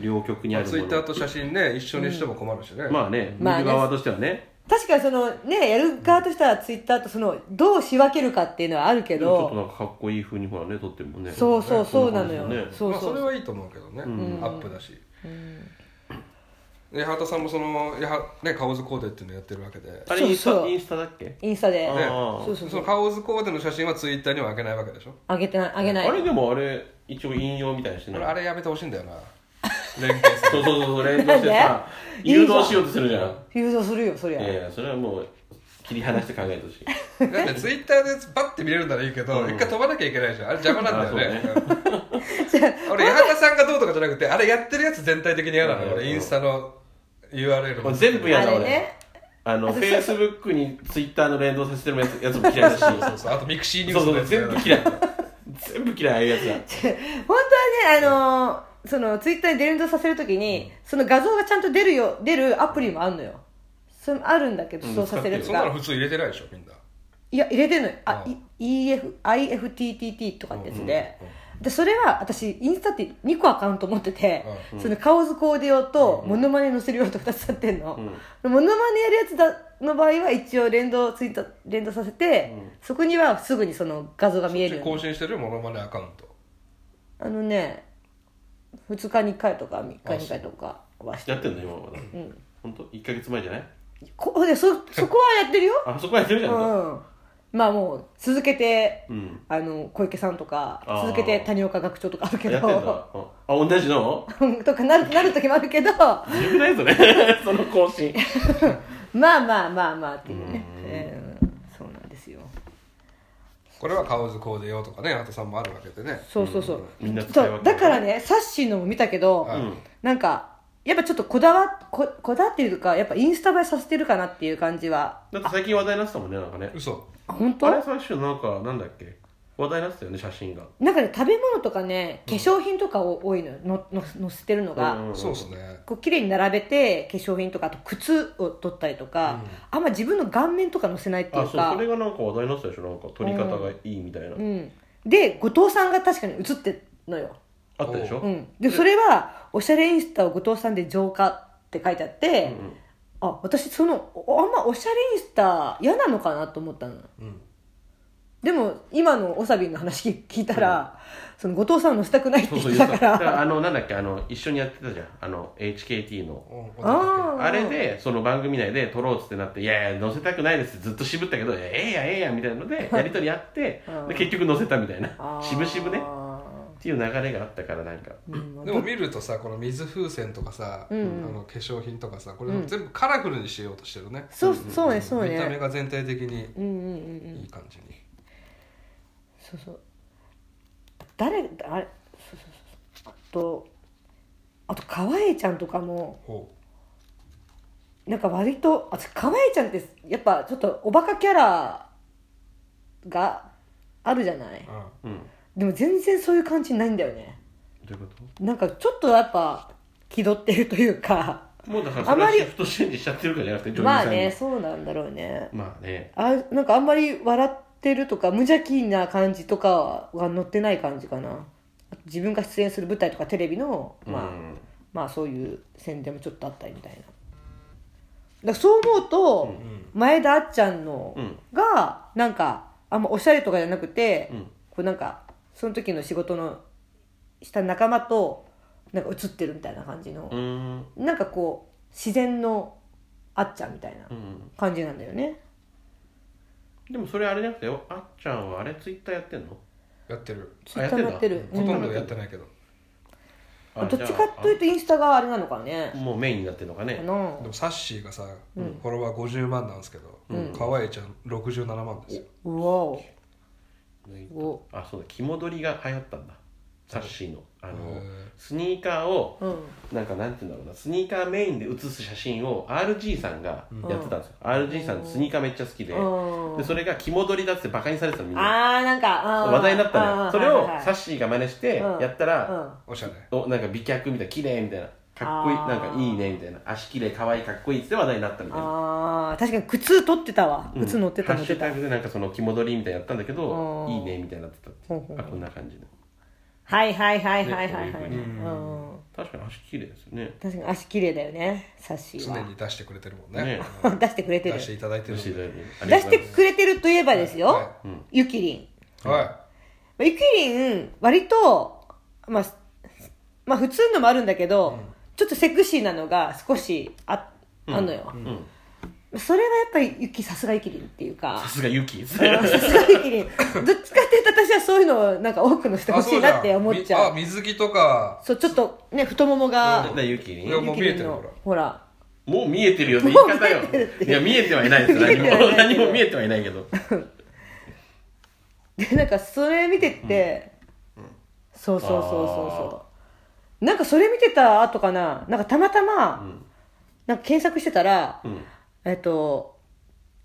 S3: 両極にあるも
S2: ツイ
S3: の
S2: ッターと写真ね一緒にしても困るしね、
S3: まあね見
S1: まあね
S3: る側としてはね,、
S1: 確かにそのねやる側としたらツイッターとそのどう仕分けるかっていうのはあるけ
S3: ちょっと
S1: ど
S3: なんかかっこいい風にほらね撮ってるもんね
S1: そうそうそうなのよ、
S3: そうですね
S1: そう
S2: まあ、
S1: そ
S2: そうれはいいと思うけどね、アップだし、で八幡さんもそのやは、ね、カオズコーデっていうのやってるわけで
S3: あれインスタ
S1: そうそう
S3: インスタだっけ
S1: インスタで
S3: あー
S1: そうそう
S2: そ
S1: そ
S2: の
S1: う
S2: カオズコーデの写真はツイッターにはあげないわけでしょ
S1: あげてないあげない
S3: あれでもあれ一応引用みたいにしてない
S2: 俺あれやめてほしいんだよな連携する
S3: そうそうそうそう連動してさ
S1: なんで
S3: 誘導しようとするじゃん
S1: 誘導するよそりゃ、
S3: いやいやそれはもう切り離して考えてほ しい
S2: だってツイッターでバッて見れるならいいけど、一回飛ばなきゃいけないじゃんあれ邪魔なんだよね
S3: あ
S2: うん俺矢幡さんがどうとかじゃなくてあれやってるやつ全体的に嫌なのよ
S3: うん
S2: 俺インスタの URL も
S3: 全部嫌
S1: あ
S3: だ
S1: れ
S3: 俺
S1: ね
S3: あの、フェイスブックにツイッターの連動させてるやつやつも嫌いだし、そう
S2: そうそうあとミクシーニュー
S3: そ
S2: ス
S3: う
S2: のやつね
S3: 全部嫌い。全部嫌い、ああいうやつだ。
S1: 本当はね、あのーそのツイッターに連動させるときに、その画像がちゃんと出るよ、出るアプリもあるのよ。そのあるんだけど、そうさせるやつ
S2: そんなの
S1: が。
S2: 普通入れてないでしょみんない
S1: や、入れてんのよ。あ
S2: う、
S1: い EF、IFTTT とかってやつで。で、それは私、インスタって2個アカウント持ってて、その顔図コーデ用と、モノマネ載せる用と2つやってんの。モノマネやるやつだの場合は一応連動、ツイッター連動させて、そこにはすぐにその画像が見える
S2: そ
S1: よ
S2: っ
S1: う
S2: ち
S1: に
S2: 更新してるモノマネアカウント
S1: あのね2日に1回とか3日に1回とかはして
S3: やってんの、今まだ。本当一ヶ月前じゃない
S1: こでそそこはやってるよ
S3: あそこはやってるじ
S1: う
S3: ゃん。うん
S1: んまあもう続けて
S3: うん。
S1: あの小池さんとか
S3: あー
S1: 続けて谷岡学長とかあるけ
S3: やってんだ。うん
S1: ど
S3: あ、同じの
S1: とかなるなる時もあるけどま
S3: よくないそれ。 その更新。
S1: あまあまあまあっていうねうんそうなんですよ
S2: これは顔図コーデよとかねあとさんもあるわけでね
S1: そうそうそう
S3: みんな使
S1: そ
S3: い分
S1: う
S3: け
S1: だからねサッシーのも見たけど、
S2: はい
S3: うん。
S1: なんかやっぱちょっとこだわここだわっていうかやっぱインスタ映えさせてるかなっていう感じは
S3: だって最近話題になってたもんね、なんかね。
S2: 嘘
S1: あ本当
S3: あれ最初なんか、なんだっけ話題になってたよね、写真が。
S1: なんかね食べ物とかね化粧品とかを多いのよのの載せてるのが、
S3: んんん
S2: そうですね
S1: こう綺麗に並べて化粧品とかあと靴を取ったりとか、あんま自分の顔面とか載せないってい
S3: あ
S1: う
S3: そう
S1: か
S3: それがなんか話題になってたでしょなんか撮り方がいいみたいな、
S1: うん、で後藤さんが確かに写ってんのよ、
S3: あったでしょ、
S1: うん、でそれはおしゃれインスタを後藤さんで浄化って書いてあって、
S3: うん
S1: あ私そのおあんまおしゃれインスタ嫌なのかなと思ったの
S2: うん
S1: でも今のおさびんの話聞いたら、その後藤さんを載せたくないって
S3: そう
S1: 言
S3: そ
S1: って
S3: う言
S1: た
S3: っ
S1: か
S3: てただ
S1: ら
S3: からあのなんだっけあの一緒にやってたじゃんあの HKT の
S2: うん
S1: あー
S3: あれでその番組内で撮ろうっつってなって「いやいや載せたくないです」ってずっと渋ったけど「いやええやんええやん」みたいなのでやり取りあって、
S1: うん
S3: で結局載せたみたいな
S1: あー
S3: 渋々ねっていう流れがあったからなんか
S1: うん
S2: でも見るとさこの水風船とかさ、
S1: ん
S2: あの化粧品とかさこれ全部カラフルにしようとしてるね、
S1: そうそうねそう
S2: 見た目
S1: ね
S2: が全体的に
S1: うんうんうんうん
S2: いい感じに、
S1: そうそう誰あれそうそうそうあとあと川栄ちゃんとかも
S2: ほ、
S1: なんか割とあ川栄ちゃんってやっぱちょっとおバカキャラがあるじゃないう
S2: うん
S3: うん
S1: でも全然そういう感じないんだよね
S3: どういうこ
S1: なんかちょっとやっぱ気取ってるというか
S3: ともうだから
S1: あ
S3: それ
S1: ま
S3: は
S1: り
S3: シフトチェンジしちゃってるからじゃなくて女優
S1: ま
S3: さ
S1: あ
S3: んに
S1: ねそうなんだろうね
S3: まあね
S1: あなんかあんまり笑ってるとか無邪気な感じとかは載ってない感じかなあと自分が出演する舞台とかテレビの、まあ
S3: うん
S1: まあそういう宣伝もちょっとあったりみたいなだからそう思うと、前田あっちゃんの
S3: うん
S1: がなんかあんまおしゃれとかじゃなくて、
S3: うん
S1: こうなんかその時の仕事のした仲間となんか写ってるみたいな感じの
S3: う、ん
S1: なんかこう自然のあっちゃんみたいな
S3: うん
S1: 感じなんだよね、
S3: でもそれあれじゃなくてよあっちゃんはあれツイッターやってんの
S2: やってる
S1: ツイッターもやってる
S2: ほとんどやってないけど、
S3: あ
S1: どっちかという
S3: じ
S1: とインスタがあれなのかね
S3: ゃああもうメインになってるのか
S1: か
S3: ね
S1: な
S2: でもサッシーがさ、フォロワー50万なんですけど、川栄ちゃん67万ですよ、
S1: うわおお
S3: あそうだ肝取りが流行ったんだサッシーのあ
S2: へ
S3: の
S2: ー
S3: スニーカーを
S1: うん
S3: なんかなんて言うんだろうなスニーカーメインで写す写真を RG さんがやってたんですよ、RG さんスニーカーめっちゃ好きで,、
S1: うん
S3: でそれが肝取りだってバカにされてたのみんな
S1: あーなんかあー
S3: 話題になったの
S1: あー
S3: よそれを
S1: はいはい
S3: サッシーが真似して
S1: うん
S3: やったら、
S2: おしゃれ
S3: おなんか美脚みたいな綺麗みたいなかっこいい
S1: あー
S3: なんかいいねみたいな足綺麗可愛いかっこいいっつって話題になったみたいな
S1: あー確かに靴取ってたわ
S3: うん
S1: 靴乗ってた
S3: ハ
S1: 乗
S3: ッ
S1: って
S3: シュ
S1: た、
S3: タグでなんかその気戻りみたいなのやったんだけど
S1: あー
S3: いいねみたいになってたって
S1: ほうほう
S3: あこんな感じで
S1: はいはいはいはいはい
S3: ねこ
S1: は
S3: う
S1: い、
S3: いう
S1: う
S3: 風
S1: ん、
S3: 確かに足綺麗ですよね
S1: 確かに足綺麗だよねサッシー
S2: 常
S1: は
S2: に出してくれてるもんね
S3: ね
S1: 出してくれてる
S2: 出していただいてる
S3: 出
S2: ん
S3: していただ
S2: で
S3: いてあり
S1: 出
S3: がと
S1: し
S3: うござ
S1: て
S3: います
S1: くれてるといえばですよ、
S2: はい
S1: ゆきりん
S2: は
S1: まあゆきりん、割と、まあ、すまあ普通のもあるんだけど、ちょっとセクシーなのが少しあ、あんのよ。それはやっぱりゆき、さすがゆきりんっていうか
S3: さ、すがユキ
S1: さすがゆきりん。どっちかっていうと私はそういうのをなんか多くのして
S2: い
S1: ほしいなって思っちゃ
S2: あ
S1: う。
S2: 水着とか
S1: そう、ちょっとね、太ももが、
S3: ユキに
S2: いやもう見えてる
S1: の
S2: ほら、
S1: ほら、
S3: もう見えてるよって言い方よ
S1: もう見えてるって
S3: いや見えてはいないです何
S1: 見え てはいな
S3: も
S1: いけ
S3: 何
S1: ど
S3: も見えてはいないけど
S1: で、なんかそれ見てって、そうそうそうそうそう。なんかそれ見てた後かな、なんかたまたま、
S3: うん
S1: なんか検索してたら、
S3: うん
S1: えっと、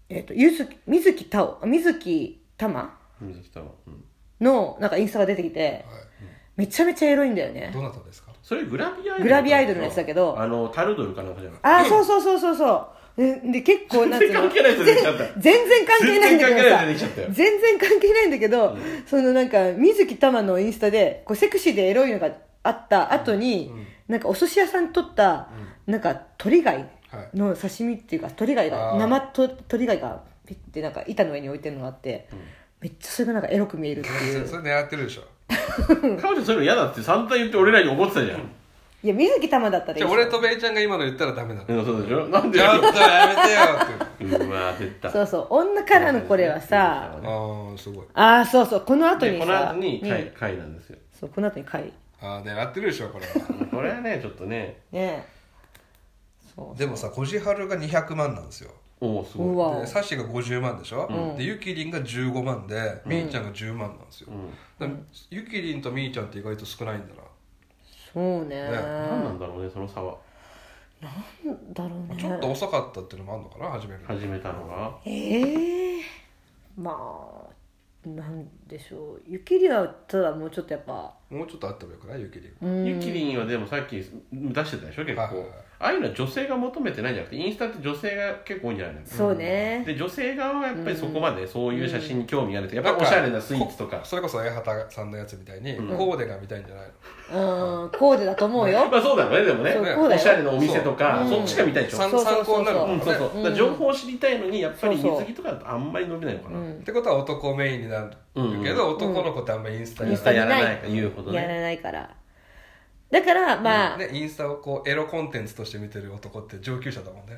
S1: えっと、ゆず、水木たお、水木たま
S3: 水木たまうん
S1: の、なんかインスタが出てきて、めちゃめちゃエロいんだよね。
S2: どなたですか
S3: それグラビアアイドル
S1: グラビアアイドルのやつだけど
S3: あのタルドルかなんかじゃない
S1: あ、そうそうそうそうそう。で、で結構、なんていうの
S3: 全然関係ない人出てきちゃった
S1: 全全然関係ないんだけど
S3: 全然
S1: さ
S3: 関係ない人出てきちゃったよ
S1: 全然関係ないんだけど、そのなんか、水木たまのインスタで、こう、セクシーでエロいのがあった後に、なんか、お寿司屋さんに撮った、なんか、鳥貝の刺身っていうか、鳥貝
S2: あ
S1: が、
S2: ー
S1: 生と鳥貝が、ピッてなんか、板の上に置いてるのがあって、めっちゃそれがなんか、エロく見えるってい。
S2: そうれ狙ってるでしょ
S3: 彼女そういうの嫌だって散々言って俺らに怒ってたじゃん
S1: いや、水木たまだったらいい
S2: じゃ
S1: で
S2: あ
S1: すよ
S2: 俺とベイ ちゃんが今の言ったらダメなの
S3: うんそうでしょなんで
S2: ちょっとやめてよ って
S3: うわ出た
S1: そうそう、女からのこれはさ、
S2: ああすごい
S1: ああ、そうそう、この後
S3: で
S1: に
S3: この
S1: さ、
S3: 後に
S1: うん
S3: 回回なんですよ
S1: そうこの後に会
S2: ああ狙ってるでしょこれは
S3: これはねちょっとね
S1: ねそう
S2: でもさこじはるが200万なんですよ
S3: おおす
S1: う
S3: ごい
S1: わ
S2: でサシが50万でしょ、
S1: うん
S2: でゆきりんが15万でみーちゃんが10万なんですよ、だからゆきりんとみーちゃんって意外と少ないんだな、
S1: そうね
S2: ね
S3: 何なんだろうねその差は
S1: なんだろうね
S2: ちょっと遅かったっていうのもあるのかな始めるの
S3: 始めたのが
S1: ええまあなんでしょうゆきりはただもうちょっとやっぱ
S2: もうちょっとあってもよくないゆきりん
S1: うん
S3: ゆきりんはでもさっき出してたでしょ
S2: は
S3: 結
S2: いはい
S3: 構
S2: はい
S3: ああいうのは女性が求めてないんじゃなくてインスタって女性が結構多いんじゃないの
S1: そうね
S3: で女性側はやっぱりそこまでそういう写真に興味があるとやっぱりおしゃれなスイーツとか
S2: それこそ江畑さんのやつみたいに、コーデが見たいんじゃないの
S1: うんコーデだと思うよ
S3: まあそうだろうねでもね
S1: そう
S2: だよ
S3: おしゃれなお店とか
S1: そう
S3: そっちが見たいでしょ
S2: 参
S1: そうそうそう
S2: 参考になる
S1: う
S2: も
S3: うんん
S2: ね
S3: そうそうだから情報を知りたいのにやっぱり
S1: そうそう
S3: 水着とかだとあんまり伸びないのかな
S1: うん
S2: ってことは男メインになるけど、男の子ってあんまりインスタ
S3: イ
S2: に
S3: ンスタやらないか言うほど
S1: やら
S3: ね
S1: ないからだからまあ、
S2: ね、インスタをこうエロコンテンツとして見てる男って上級者だもんね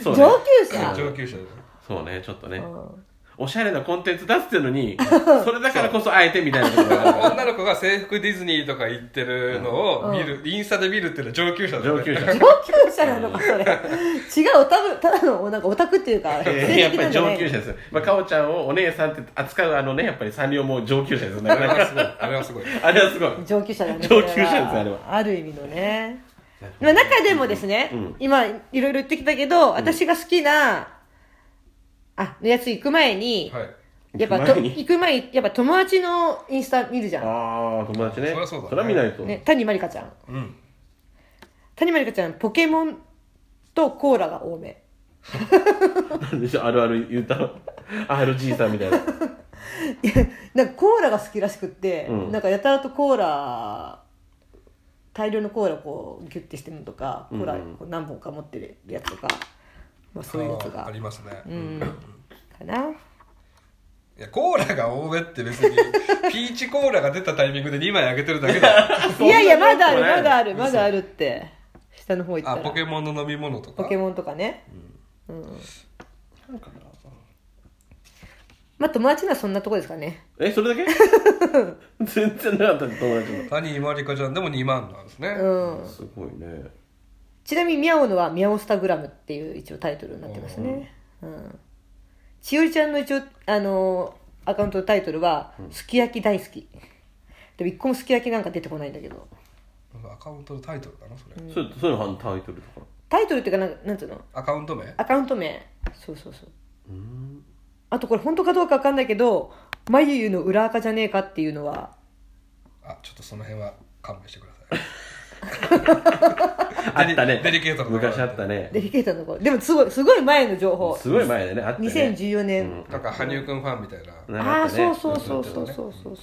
S3: そうね
S1: 上級者、
S2: 上級者だよ
S3: そうねちょっとね
S1: うん
S3: おしゃれなコンテンツ出すっていうのにそれだからこそあえてみたいなこと
S2: だ
S3: が
S2: から女の子が制服ディズニーとか行ってるのを見る、インスタで見るっていうのは 上級者だよ
S3: 上
S2: ね
S3: 級者
S1: 上級者なのかそれ違うたぶただのなんかオタクっていうか
S3: えーやっぱり上級
S1: 者
S3: 者ですよ、まあ、かおちゃんをお姉さんって扱うあのねやっぱりサンリオも上級者ですよな
S2: あ
S3: か
S2: れ
S3: な
S2: は
S3: か
S2: すごいあれはすごい
S3: あれは すごい
S1: 上級者だね
S3: 上級者です
S1: そは
S3: あれは
S1: ある意味のねまあ、中でもですね、
S3: うん
S1: 今いろいろ言ってきたけど、私が好きなあのやつ行く前に、
S2: はい
S1: やっぱと
S3: 行く前に
S1: 行く前にやっぱ友達のインスタ見るじゃ
S3: ああ友達ね
S2: そりゃそうだね
S3: れは見ないと、
S1: ん、ね、谷まりかちゃん
S2: うん
S1: 谷まりかちゃんポケモンとコーラが多め
S3: なんでしょ あるある言うたの RG さんみたいな
S1: いやなんかコーラが好きらしくって、
S3: うん
S1: なんかやたらとコーラ大量のコーラをこうギュッてしてるのとかコーラこう何本か持ってるやつとか、まあ、そういうやつ
S2: あーあ
S1: が
S2: りますね、
S1: うんかない
S2: やコーラが多めって別にピーチコーラが出たタイミングで2枚あげてるだ けだよ
S1: いやいや、まだある、
S3: そんな
S1: ま
S3: こと
S1: だ
S3: な
S1: ある、まだあるって。下の方行った
S2: あ
S1: ら。
S2: ポケモンの飲み物とか
S1: ポケモンとかね。
S2: なんかな
S1: まあ、友達のはそんなとこですかね。
S3: えそれだ け全然なかったね友達
S2: 谷井まりかちゃんでも2万なんですね、
S1: うん
S3: の。すごいね
S1: ちなみに、ミャオのはミャオスタグラムっていう一応タイトルになってますね。うん。ちよりちゃんの一応、あのーアカウントのタイトルは、すき焼き大好き。でも一個もすき焼きなんか出てこないんだけど。
S2: なんかアカウントのタイトルだなそれ、
S3: それそういうのタイトルとか
S1: タイトルっていうかなんか、なんつうの
S2: アカウント名
S1: アカウント名。そうそうそう。あとこれ本当かどうかわかんないけど、眉ゆの裏垢じゃねえかっていうのは、
S2: あちょっとその辺は勘弁してください
S3: あったね
S2: デリケートな
S3: 昔あったね
S1: デリケートなところ。でもすごい、すごい前の情報。
S3: すごい前だねあったね
S1: 2014年、
S2: なんか羽生くんファンみたいな、
S3: なんか
S1: あ
S3: っ
S1: あ
S3: たね
S1: そうそうそうそうそうそうそう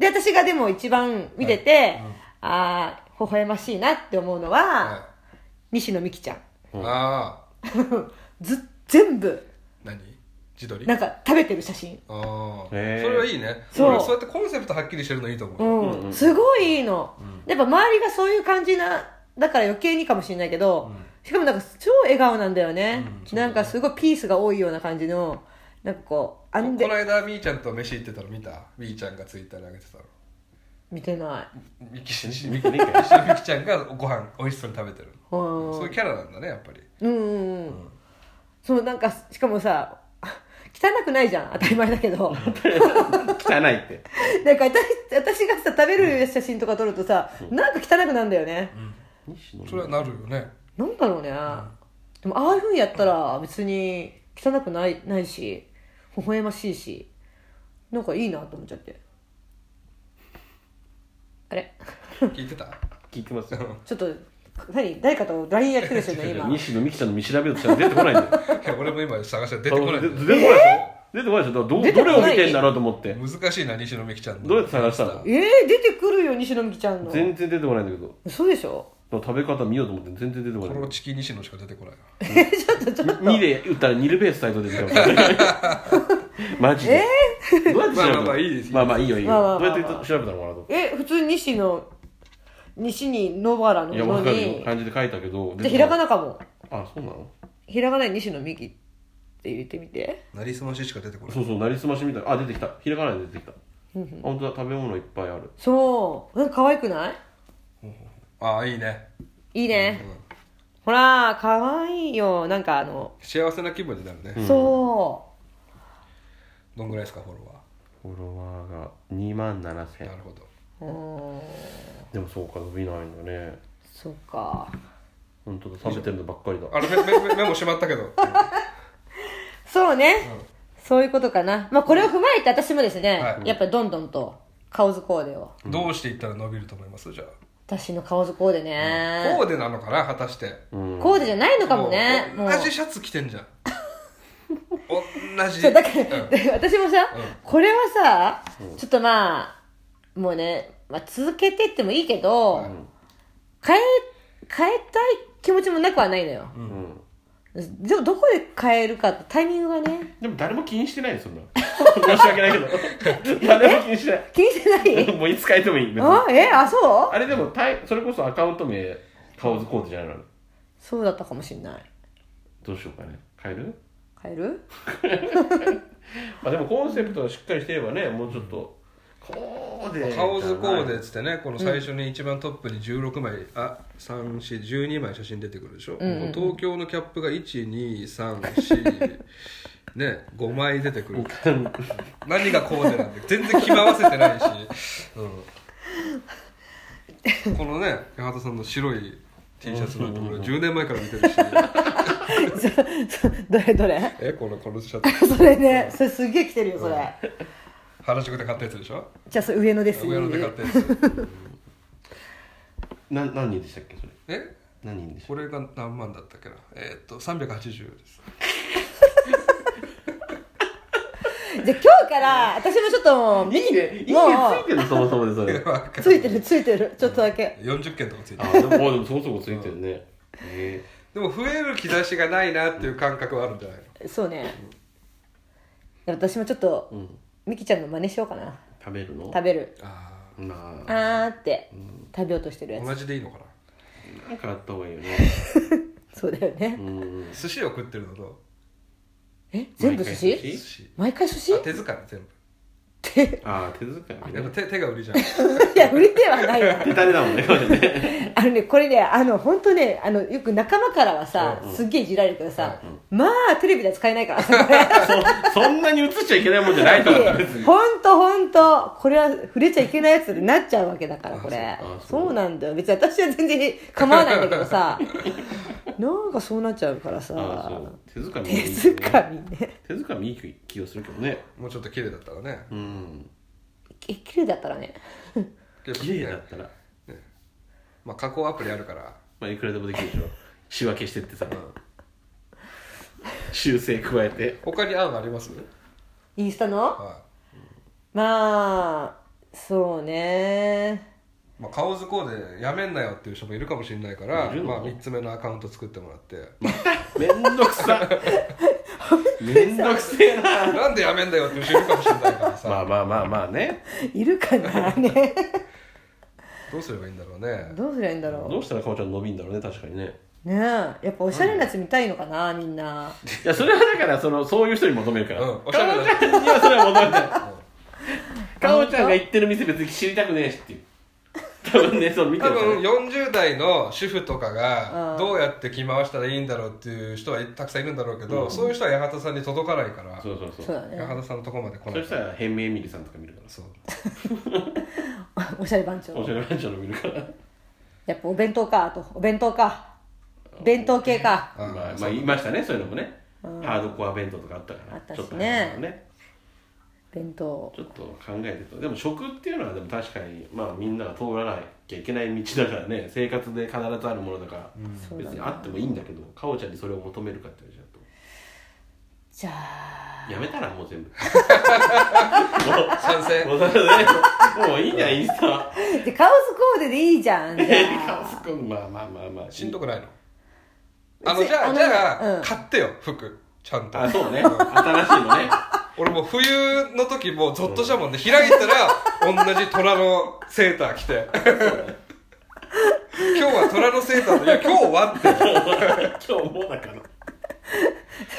S1: で私がでも一番見てて、ああ微笑ましいなって思うのは、
S2: はい
S1: 西野美紀ちゃん
S2: ああ
S1: ず全部
S2: 何自撮り
S1: な
S2: あ
S1: んか食べてる写真
S2: あそ
S3: へー
S2: れはいいね
S1: そう
S2: 俺そうやってコンセプトはっきりしてるのいいと思う、
S1: うん、すごいいいの、やっぱ周りがそういう感じなだから余計にかもしれないけど、しかもなんか超笑顔なんだよね、なんかすごいピースが多いような感じのなんかこうあん
S2: こ
S1: で
S2: の間みーちゃんと飯行ってたの見たみーちゃんがツイッターに上げてたの
S1: 見てない
S2: みきし
S3: 西
S2: み
S3: 野美紀ね一回
S2: きみきちゃんがご飯美味しそうに食べてる
S1: うん
S2: そういうキャラなんだねやっぱり
S1: うんうんうん、そうなんかしかもさ 汚くないじゃん当たり前だけ ど
S3: 汚いって
S1: なんか私私がさ食べる写真とか撮るとさ、なんか汚くなんだよね、
S2: それはなるよね
S1: なんだろうね、でもああいうふうにやったら別に汚くないないし微笑ましいしなんかいいなと思っちゃってあれ
S2: 聞いてた
S3: 聞いてますよ
S1: ちょっと何誰かと LINE やってる人ね今
S3: 西野美紀 ちゃんの見調べようとしたら出てこないんだよ
S2: いや俺も今探して出て
S3: 出て
S2: こ
S3: こ
S2: な
S3: ない い
S2: んだ
S3: で
S2: よ
S3: しょ出てこないでしょだからど
S1: 出て
S3: ど
S1: こない
S3: れを見てんだろうと思って
S2: 難しいな西野美紀ちゃんの
S3: どうやって探したの
S1: えー、出てくるよ西野美紀ちゃんの
S3: 全然出てこないんだけどだか
S1: 嘘でしょ
S3: ら食べ方見ようと思って全然出てこ
S2: こ
S3: ない
S2: のチキン西野しか出てこない
S1: えーちょっとちょっと
S3: 2で打ったらニルベースサイドで出てこないマジでどうやって調べ
S2: まあま
S3: た
S2: あまあいいです
S3: まあまあいいよいい
S1: まあまあまあ
S3: よどうや
S1: ま
S3: っ
S1: あ
S3: て調べたのかなと思って
S1: え普通に西の西に野原の
S3: いやわか
S1: 野
S3: るよ
S1: に
S3: 漢字で書いたけど
S1: でひらが
S3: な
S1: なかも
S3: あそうなの
S1: ひらがなに西野美紀って入れてみて
S2: なりすまししか出てこない
S3: そうそうなりすましみたいなあ出てきたひらがなで出てきたあ本当だ食べ物いっぱいある
S1: そうなんか可愛くない
S2: ああいいね
S1: いいね、
S2: うん
S1: ほら可愛いよなんかあの、
S2: 幸せな気分になるね、
S1: そ
S2: どんぐらいですかフォロ
S3: フォロワーが2万7
S2: ワー
S3: 千
S2: なるほど
S1: ううん
S3: でもそうか伸びないんだね
S1: そっか
S3: 本当だ食べてるのばっかりだ
S2: あれメメメメモしまったけど
S1: そうね、そういうことかなまあこれを踏まえて私もですね、
S2: はい
S1: やっぱりどんどんと顔図コーデを
S2: どうしていったら伸びると思いますじゃ
S1: 私の顔図コーデ
S2: あ、
S1: ね、
S2: コーデなのかな果たして
S3: うん
S1: コーデじゃないのかもね
S2: も
S1: もう
S2: う同じシャツ着てんじ ゃん同じ
S1: そうだから、
S2: うん
S1: 私もさ、これはさちょっとまあもうね、まあ、続けてってもいいけど、変え変えたい気持ちもなくはないのよ、
S3: うん
S1: でもどこで変えるかタイミングがね
S3: でも誰も気にしてないよそんな申し訳ないけ ど誰も気にしてない
S1: 気にしてない
S3: もういつ変えてもいい別に
S1: あえあそう
S3: あれでもたいそれこそアカウント名顔図コーデじゃないの
S1: そうだったかもしんない
S3: どうしようかね変える
S1: 変える
S3: まあでもコンセプトがしっかりしてればねもうちょっとコーデじゃない
S2: 顔図コーデっつってねこの最初に一番トップに16枚、あ三3412枚写真出てくるでしょ、もう東京のキャップが1234ね、5枚出てくる何がコーデなんて全然気まわせてない し、うん、このね八幡さんの白い T シャツなんて俺10年前から見てるし
S1: そうどれどれ
S2: えこのこのシャツ
S1: それねそれすげえ来てるよそれ、
S2: 原宿で買ったやつでしょ
S1: じゃあそれ上野です
S2: 上野で買ったやつ
S3: な何人でしたっけそれ
S2: え
S3: 何人でした
S2: これが何万だったっけなえーっと380です
S1: じゃあ今日から私もちょっともう見に
S3: いいねいいねつ
S1: も
S3: いうてるそもそもでそ れ
S1: ついてるついてるちょっとだけ
S2: 40件とかついて
S3: あ
S2: る
S3: でももうでもそこそこついてるねえ
S2: でも増える兆しがないなっていう感覚はあるんじゃないの
S1: そうね、私もちょっと、
S3: え
S1: みきちゃんの真似しようかな
S3: 食べるの
S1: 食べる
S2: あ
S3: ま
S1: あ
S3: あ
S1: ーって、食べようとしてるや
S2: ー同じでいいのかな
S3: なんかあった方がいいよね
S1: つそうだよね、
S3: うん
S2: 寿司を食ってるのと
S1: え全部寿
S3: 毎回
S1: 司
S2: 寿司
S1: 毎回寿司
S2: あ手づかみ全
S1: って
S3: ああ手作り
S2: 部やっ
S3: ね
S2: ぱ手手が売りじゃ ん
S1: いや売りてはないわ
S3: 手タレだもんねこれね
S1: あのねこれねあの本当ねあのよく仲間からはさ、すっげえいじられるけどさ、まあテレビでは使えないから さこれ
S3: そそんなに映っちゃいけないもんじゃないと思う別に
S1: ほんとほんとこれは触れちゃいけないやつになっちゃうわけだからこれ
S3: あそう
S1: そうなんだよ別に私は全然構わないんだけど さなんかそうなっちゃうから
S3: ああそ
S1: さ
S3: う手づかみ
S1: 手
S3: いいよね
S1: づかみね
S3: 手づかみいい気がするけどね
S2: もうちょっと綺麗だったらね
S3: うん
S1: え綺麗だったらね
S3: 綺麗だったら
S2: まあ加工アプリあるから
S3: まあいくらでもできるでしょ仕分けしてってさ修正加えて
S2: 他に案あります
S1: インスタの
S2: は
S1: まあそうね
S2: いまあ顔図コーデやめんなよっていう人もいるかもしれないから
S3: いるの
S2: まあ3つ目のアカウント作ってもらって
S3: めんどくさめんどくせえな
S2: なんでやめんだよっていう人いるかもしれないからさ
S3: まあまあまあまあね
S1: いるかなね
S2: どうすればいいんだろうね
S1: どうすりゃいいんだ
S3: ど
S1: ろ
S3: うしたらかおちゃん伸びんだろうね確かにね
S1: うねえやっぱおしゃれなやつ見たいのかなみんない
S3: やそれはだからそのそういう人に求めるから、
S2: うんおしゃれな
S3: かお ちゃんにはそれは求めないかおちゃんが行ってる店別に知りたくねえしっていう多分ねその見て
S2: 多
S3: るから
S2: 分40代の主婦とか
S1: う
S2: が
S1: ん
S2: どうやって着回したらいいんだろうっていう人はたくさんいるんだろうけど、そういう人は八幡さんに届かないから
S3: そうそうそ
S1: そう
S3: う
S1: だ
S2: 八
S1: ね
S2: 幡さんのとこまで来
S3: そ
S2: ない
S3: したら変名エミリさんとか見るから
S2: そう
S1: おしゃれ番
S3: お
S1: 長
S3: しゃれ番長の見るから
S1: やっぱお弁当かあとお弁当か伝統系か
S2: あ
S3: まあ、
S2: そ
S3: ま
S2: う
S3: あ、言いましたねそういうのもね、
S1: うん
S3: ハードコア弁当とかあったから
S1: あったしね
S3: ちょっとねね
S1: 弁当
S3: ちょっと考えるとでも食っていうのはでも確かに、まあ、みんなが通らなきゃいけない道だからね生活で必ずあるものだから、
S1: そうだ
S3: 別
S1: ね
S3: にあってもいいんだけどかおちゃんにそれを求めるかって言われち
S1: じ
S3: ゃうと
S1: ゃあ
S3: やめたらもう全部も
S2: 賛
S3: う
S2: 成
S3: もうだからねもういいじゃんインスタ
S1: でカオスコーデでいいじ ゃんじゃ
S3: カオス
S1: あ
S3: くんまあまあまあまあ
S2: しんど
S3: く
S2: くないのあの
S1: ぜ
S2: じゃ
S1: あ
S2: あ
S1: の
S2: じゃあ、
S1: うん
S2: 買ってよ服ちゃんと
S3: あそうね新しいの ね
S2: 俺もう冬の時もうゾッとしたもんで、開いたら同じ虎のセーター着て 今日は虎のセーターといや今日はって
S3: 今日もだから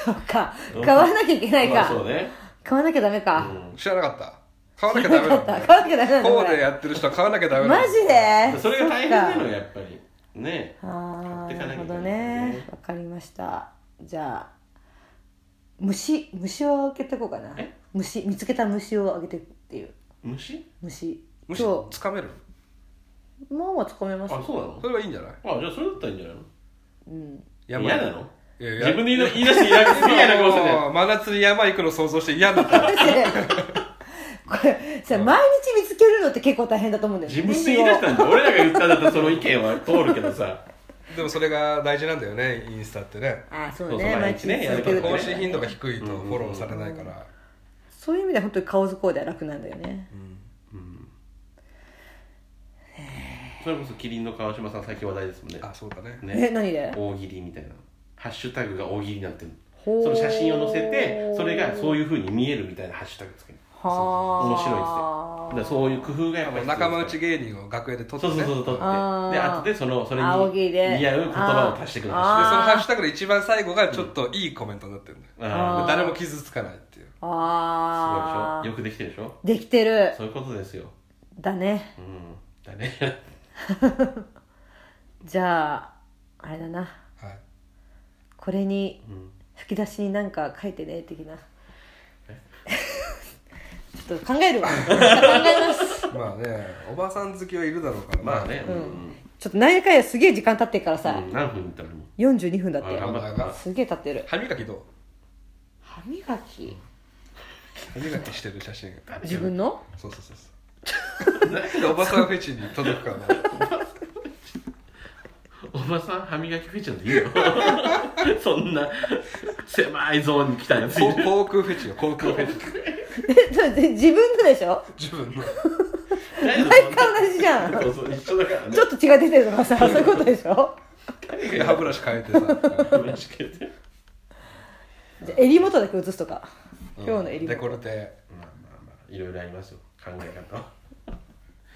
S1: そうか買わなきゃいけない
S3: まあ
S1: か
S3: そうね
S1: 買わなきゃダメか
S2: 知らなかった買わなきゃダメ
S1: 買
S2: な
S1: わ
S2: んだ
S1: なきゃダメなんだ
S2: コ
S1: こ
S2: ーデ
S1: れ
S2: やってる人は買わなきゃダメな
S1: マ
S2: んだ
S1: ジで
S3: それが大変
S1: そっ
S3: なの
S1: か
S3: よやっぱりね
S1: あ
S3: 買
S1: あな
S3: ってか
S1: る
S3: なきゃ
S1: ほ
S3: いけな
S1: ど
S3: い
S1: ねわかりましたじゃあ虫虫をあげてこうかな
S3: え
S1: 虫見つけた虫をあげてっていう
S3: 虫
S1: 虫
S2: むしろ
S1: そ
S2: つかめる
S1: うもうはつかめます
S3: あそうなの
S2: それはいいんじゃない
S3: あじゃあそれだったらいいんじゃないの
S1: うん
S2: 山
S3: 嫌なの
S2: いやいや
S3: 自分で言い出言い出して嫌なすげえ嫌な顔してたよ
S2: もう真夏に山行くの想像して嫌だった
S1: だってこれさ毎日見つけるのって結構大変だと思うんだよ
S3: 自
S1: ね
S3: 分で言い出したんだよ俺らが言ったんだったらその意見は通るけどさ
S2: でもそれが大事なんだよねインスタってね
S1: ああそう
S3: そう
S1: ね
S3: そう
S1: 毎
S3: 毎
S1: 日
S3: 日
S1: 見
S3: ね
S1: つけ
S3: やれ
S1: て
S3: ば
S1: る
S3: ね
S1: と
S2: 更
S1: ね
S2: 新頻度が低いとフォローされないから
S1: そういう意味では本当に顔図コーデは楽なんだよね
S3: それこそキリンの川島さん最近話題ですもんね
S2: あそうだね
S1: え
S3: ね
S1: 何で
S3: 大喜利みたいなハッシュタグが大喜利になってる
S1: ほー
S3: その写真を載せてそれがそういうふうに見えるみたいなハッシュタグつける
S1: はあ
S3: 面白いですねだからそういう工夫がやっぱり必要
S2: 仲間
S3: です
S2: 内芸人を楽屋で撮って
S3: そう
S2: ね
S3: そうそうそう撮ってで
S1: あー
S3: 後でそのそれに
S1: あ大喜利で
S3: 似合う言葉を足していくの
S1: あー
S2: でそのハッシュタグで一番最後がちょっといいコメントになってるんだよ、
S1: あー
S2: で誰も傷つかないっていう
S1: あ
S3: すごいでしょよくできてるでしょ
S1: あできてる
S3: そういうことですよ
S1: だね
S3: うんだね
S1: じゃああれだな
S2: はい
S1: これに
S3: ん
S1: 吹き出しになんか書いてね的な ちょっと考えるわまた考えます
S2: まあねおばさん好きはいるだろうから
S3: まあねうんうん
S1: ちょっと何やかんやすげえ時間経ってっからさ、
S3: うん何分いったらもう
S1: 42分だって
S3: あ頑
S1: よ
S3: 張ったな
S1: すげえ経ってる
S2: 歯磨きどう
S1: 歯磨き
S2: 歯磨きしてる写真
S1: 自分の
S2: そうそうそうそうなんでおばさんフェチに届くかな
S3: おばさん歯磨きフェチなんて言うよそんな狭いゾーンに来たやつい
S2: こ
S3: る
S2: 航空フェチよ航空フェチ
S1: えちょっと自分のでしょ
S2: 自分の
S3: 毎
S1: 毎回同じじゃん
S3: そうそう一緒だからね
S1: ちょっと血が出てるとかさそういうことでしょ
S2: で歯ブラシ変えてさ
S3: 嬉しくて
S1: じゃあ襟元だけ写すとか
S2: うん
S1: 今日の襟
S2: デコル
S1: 元
S2: テ
S3: まあまあまあいろいろありますよ考え方は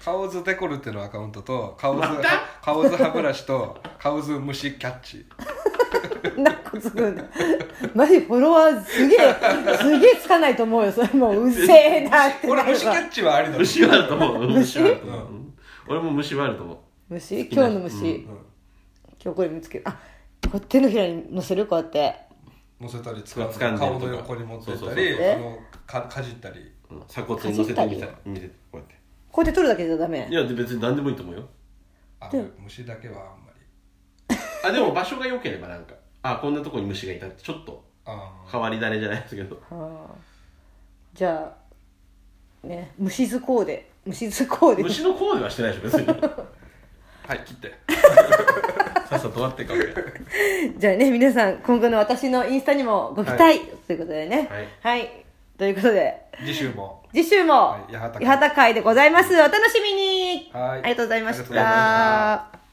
S2: 顔図デコルテのアカウントと顔図、
S3: また
S2: 顔図歯ブラシと顔図虫キャッチ
S1: 何個つくんだマジフォロワーすげえすげえつかないと思うよそれもううぜえなって
S2: 俺
S1: なるわ
S2: 虫キャッチはありだろ
S3: 虫はあると思う 虫はあると思ううん俺も虫はあると思う
S1: 虫今日の虫、今日これ見つけるあこう手のひらに乗せるこうやって
S2: 乗せたり使う
S3: 掴んで
S2: 顔の横に持ってったり
S1: そうそうそう
S2: あのかかじったり
S3: うん鎖骨に乗せてみた見てこうやって
S1: こうやって取るだけじゃダメ
S3: いやで別に何でもいいと思うよ
S2: あ虫だけはあんまり
S3: あでも場所が良ければなんかあこんなとこに虫がいたってちょっと
S2: あ
S3: 変わり種じゃないですけど
S1: あーじゃあね虫図コーデ虫図コーデ
S3: 虫のコーデはしてないでしょ別 に
S2: あはい切って
S3: さっさと終わってかもね
S1: じゃあね皆さん今後の私のインスタにもご期待、
S3: はい
S1: ということでね
S3: はい
S1: ということで
S2: 次週も
S1: 次週も
S2: はい八幡会
S1: 八幡会でございますお楽しみに
S2: は
S1: あ
S2: い
S1: りがとうございまし
S2: ありがとうございました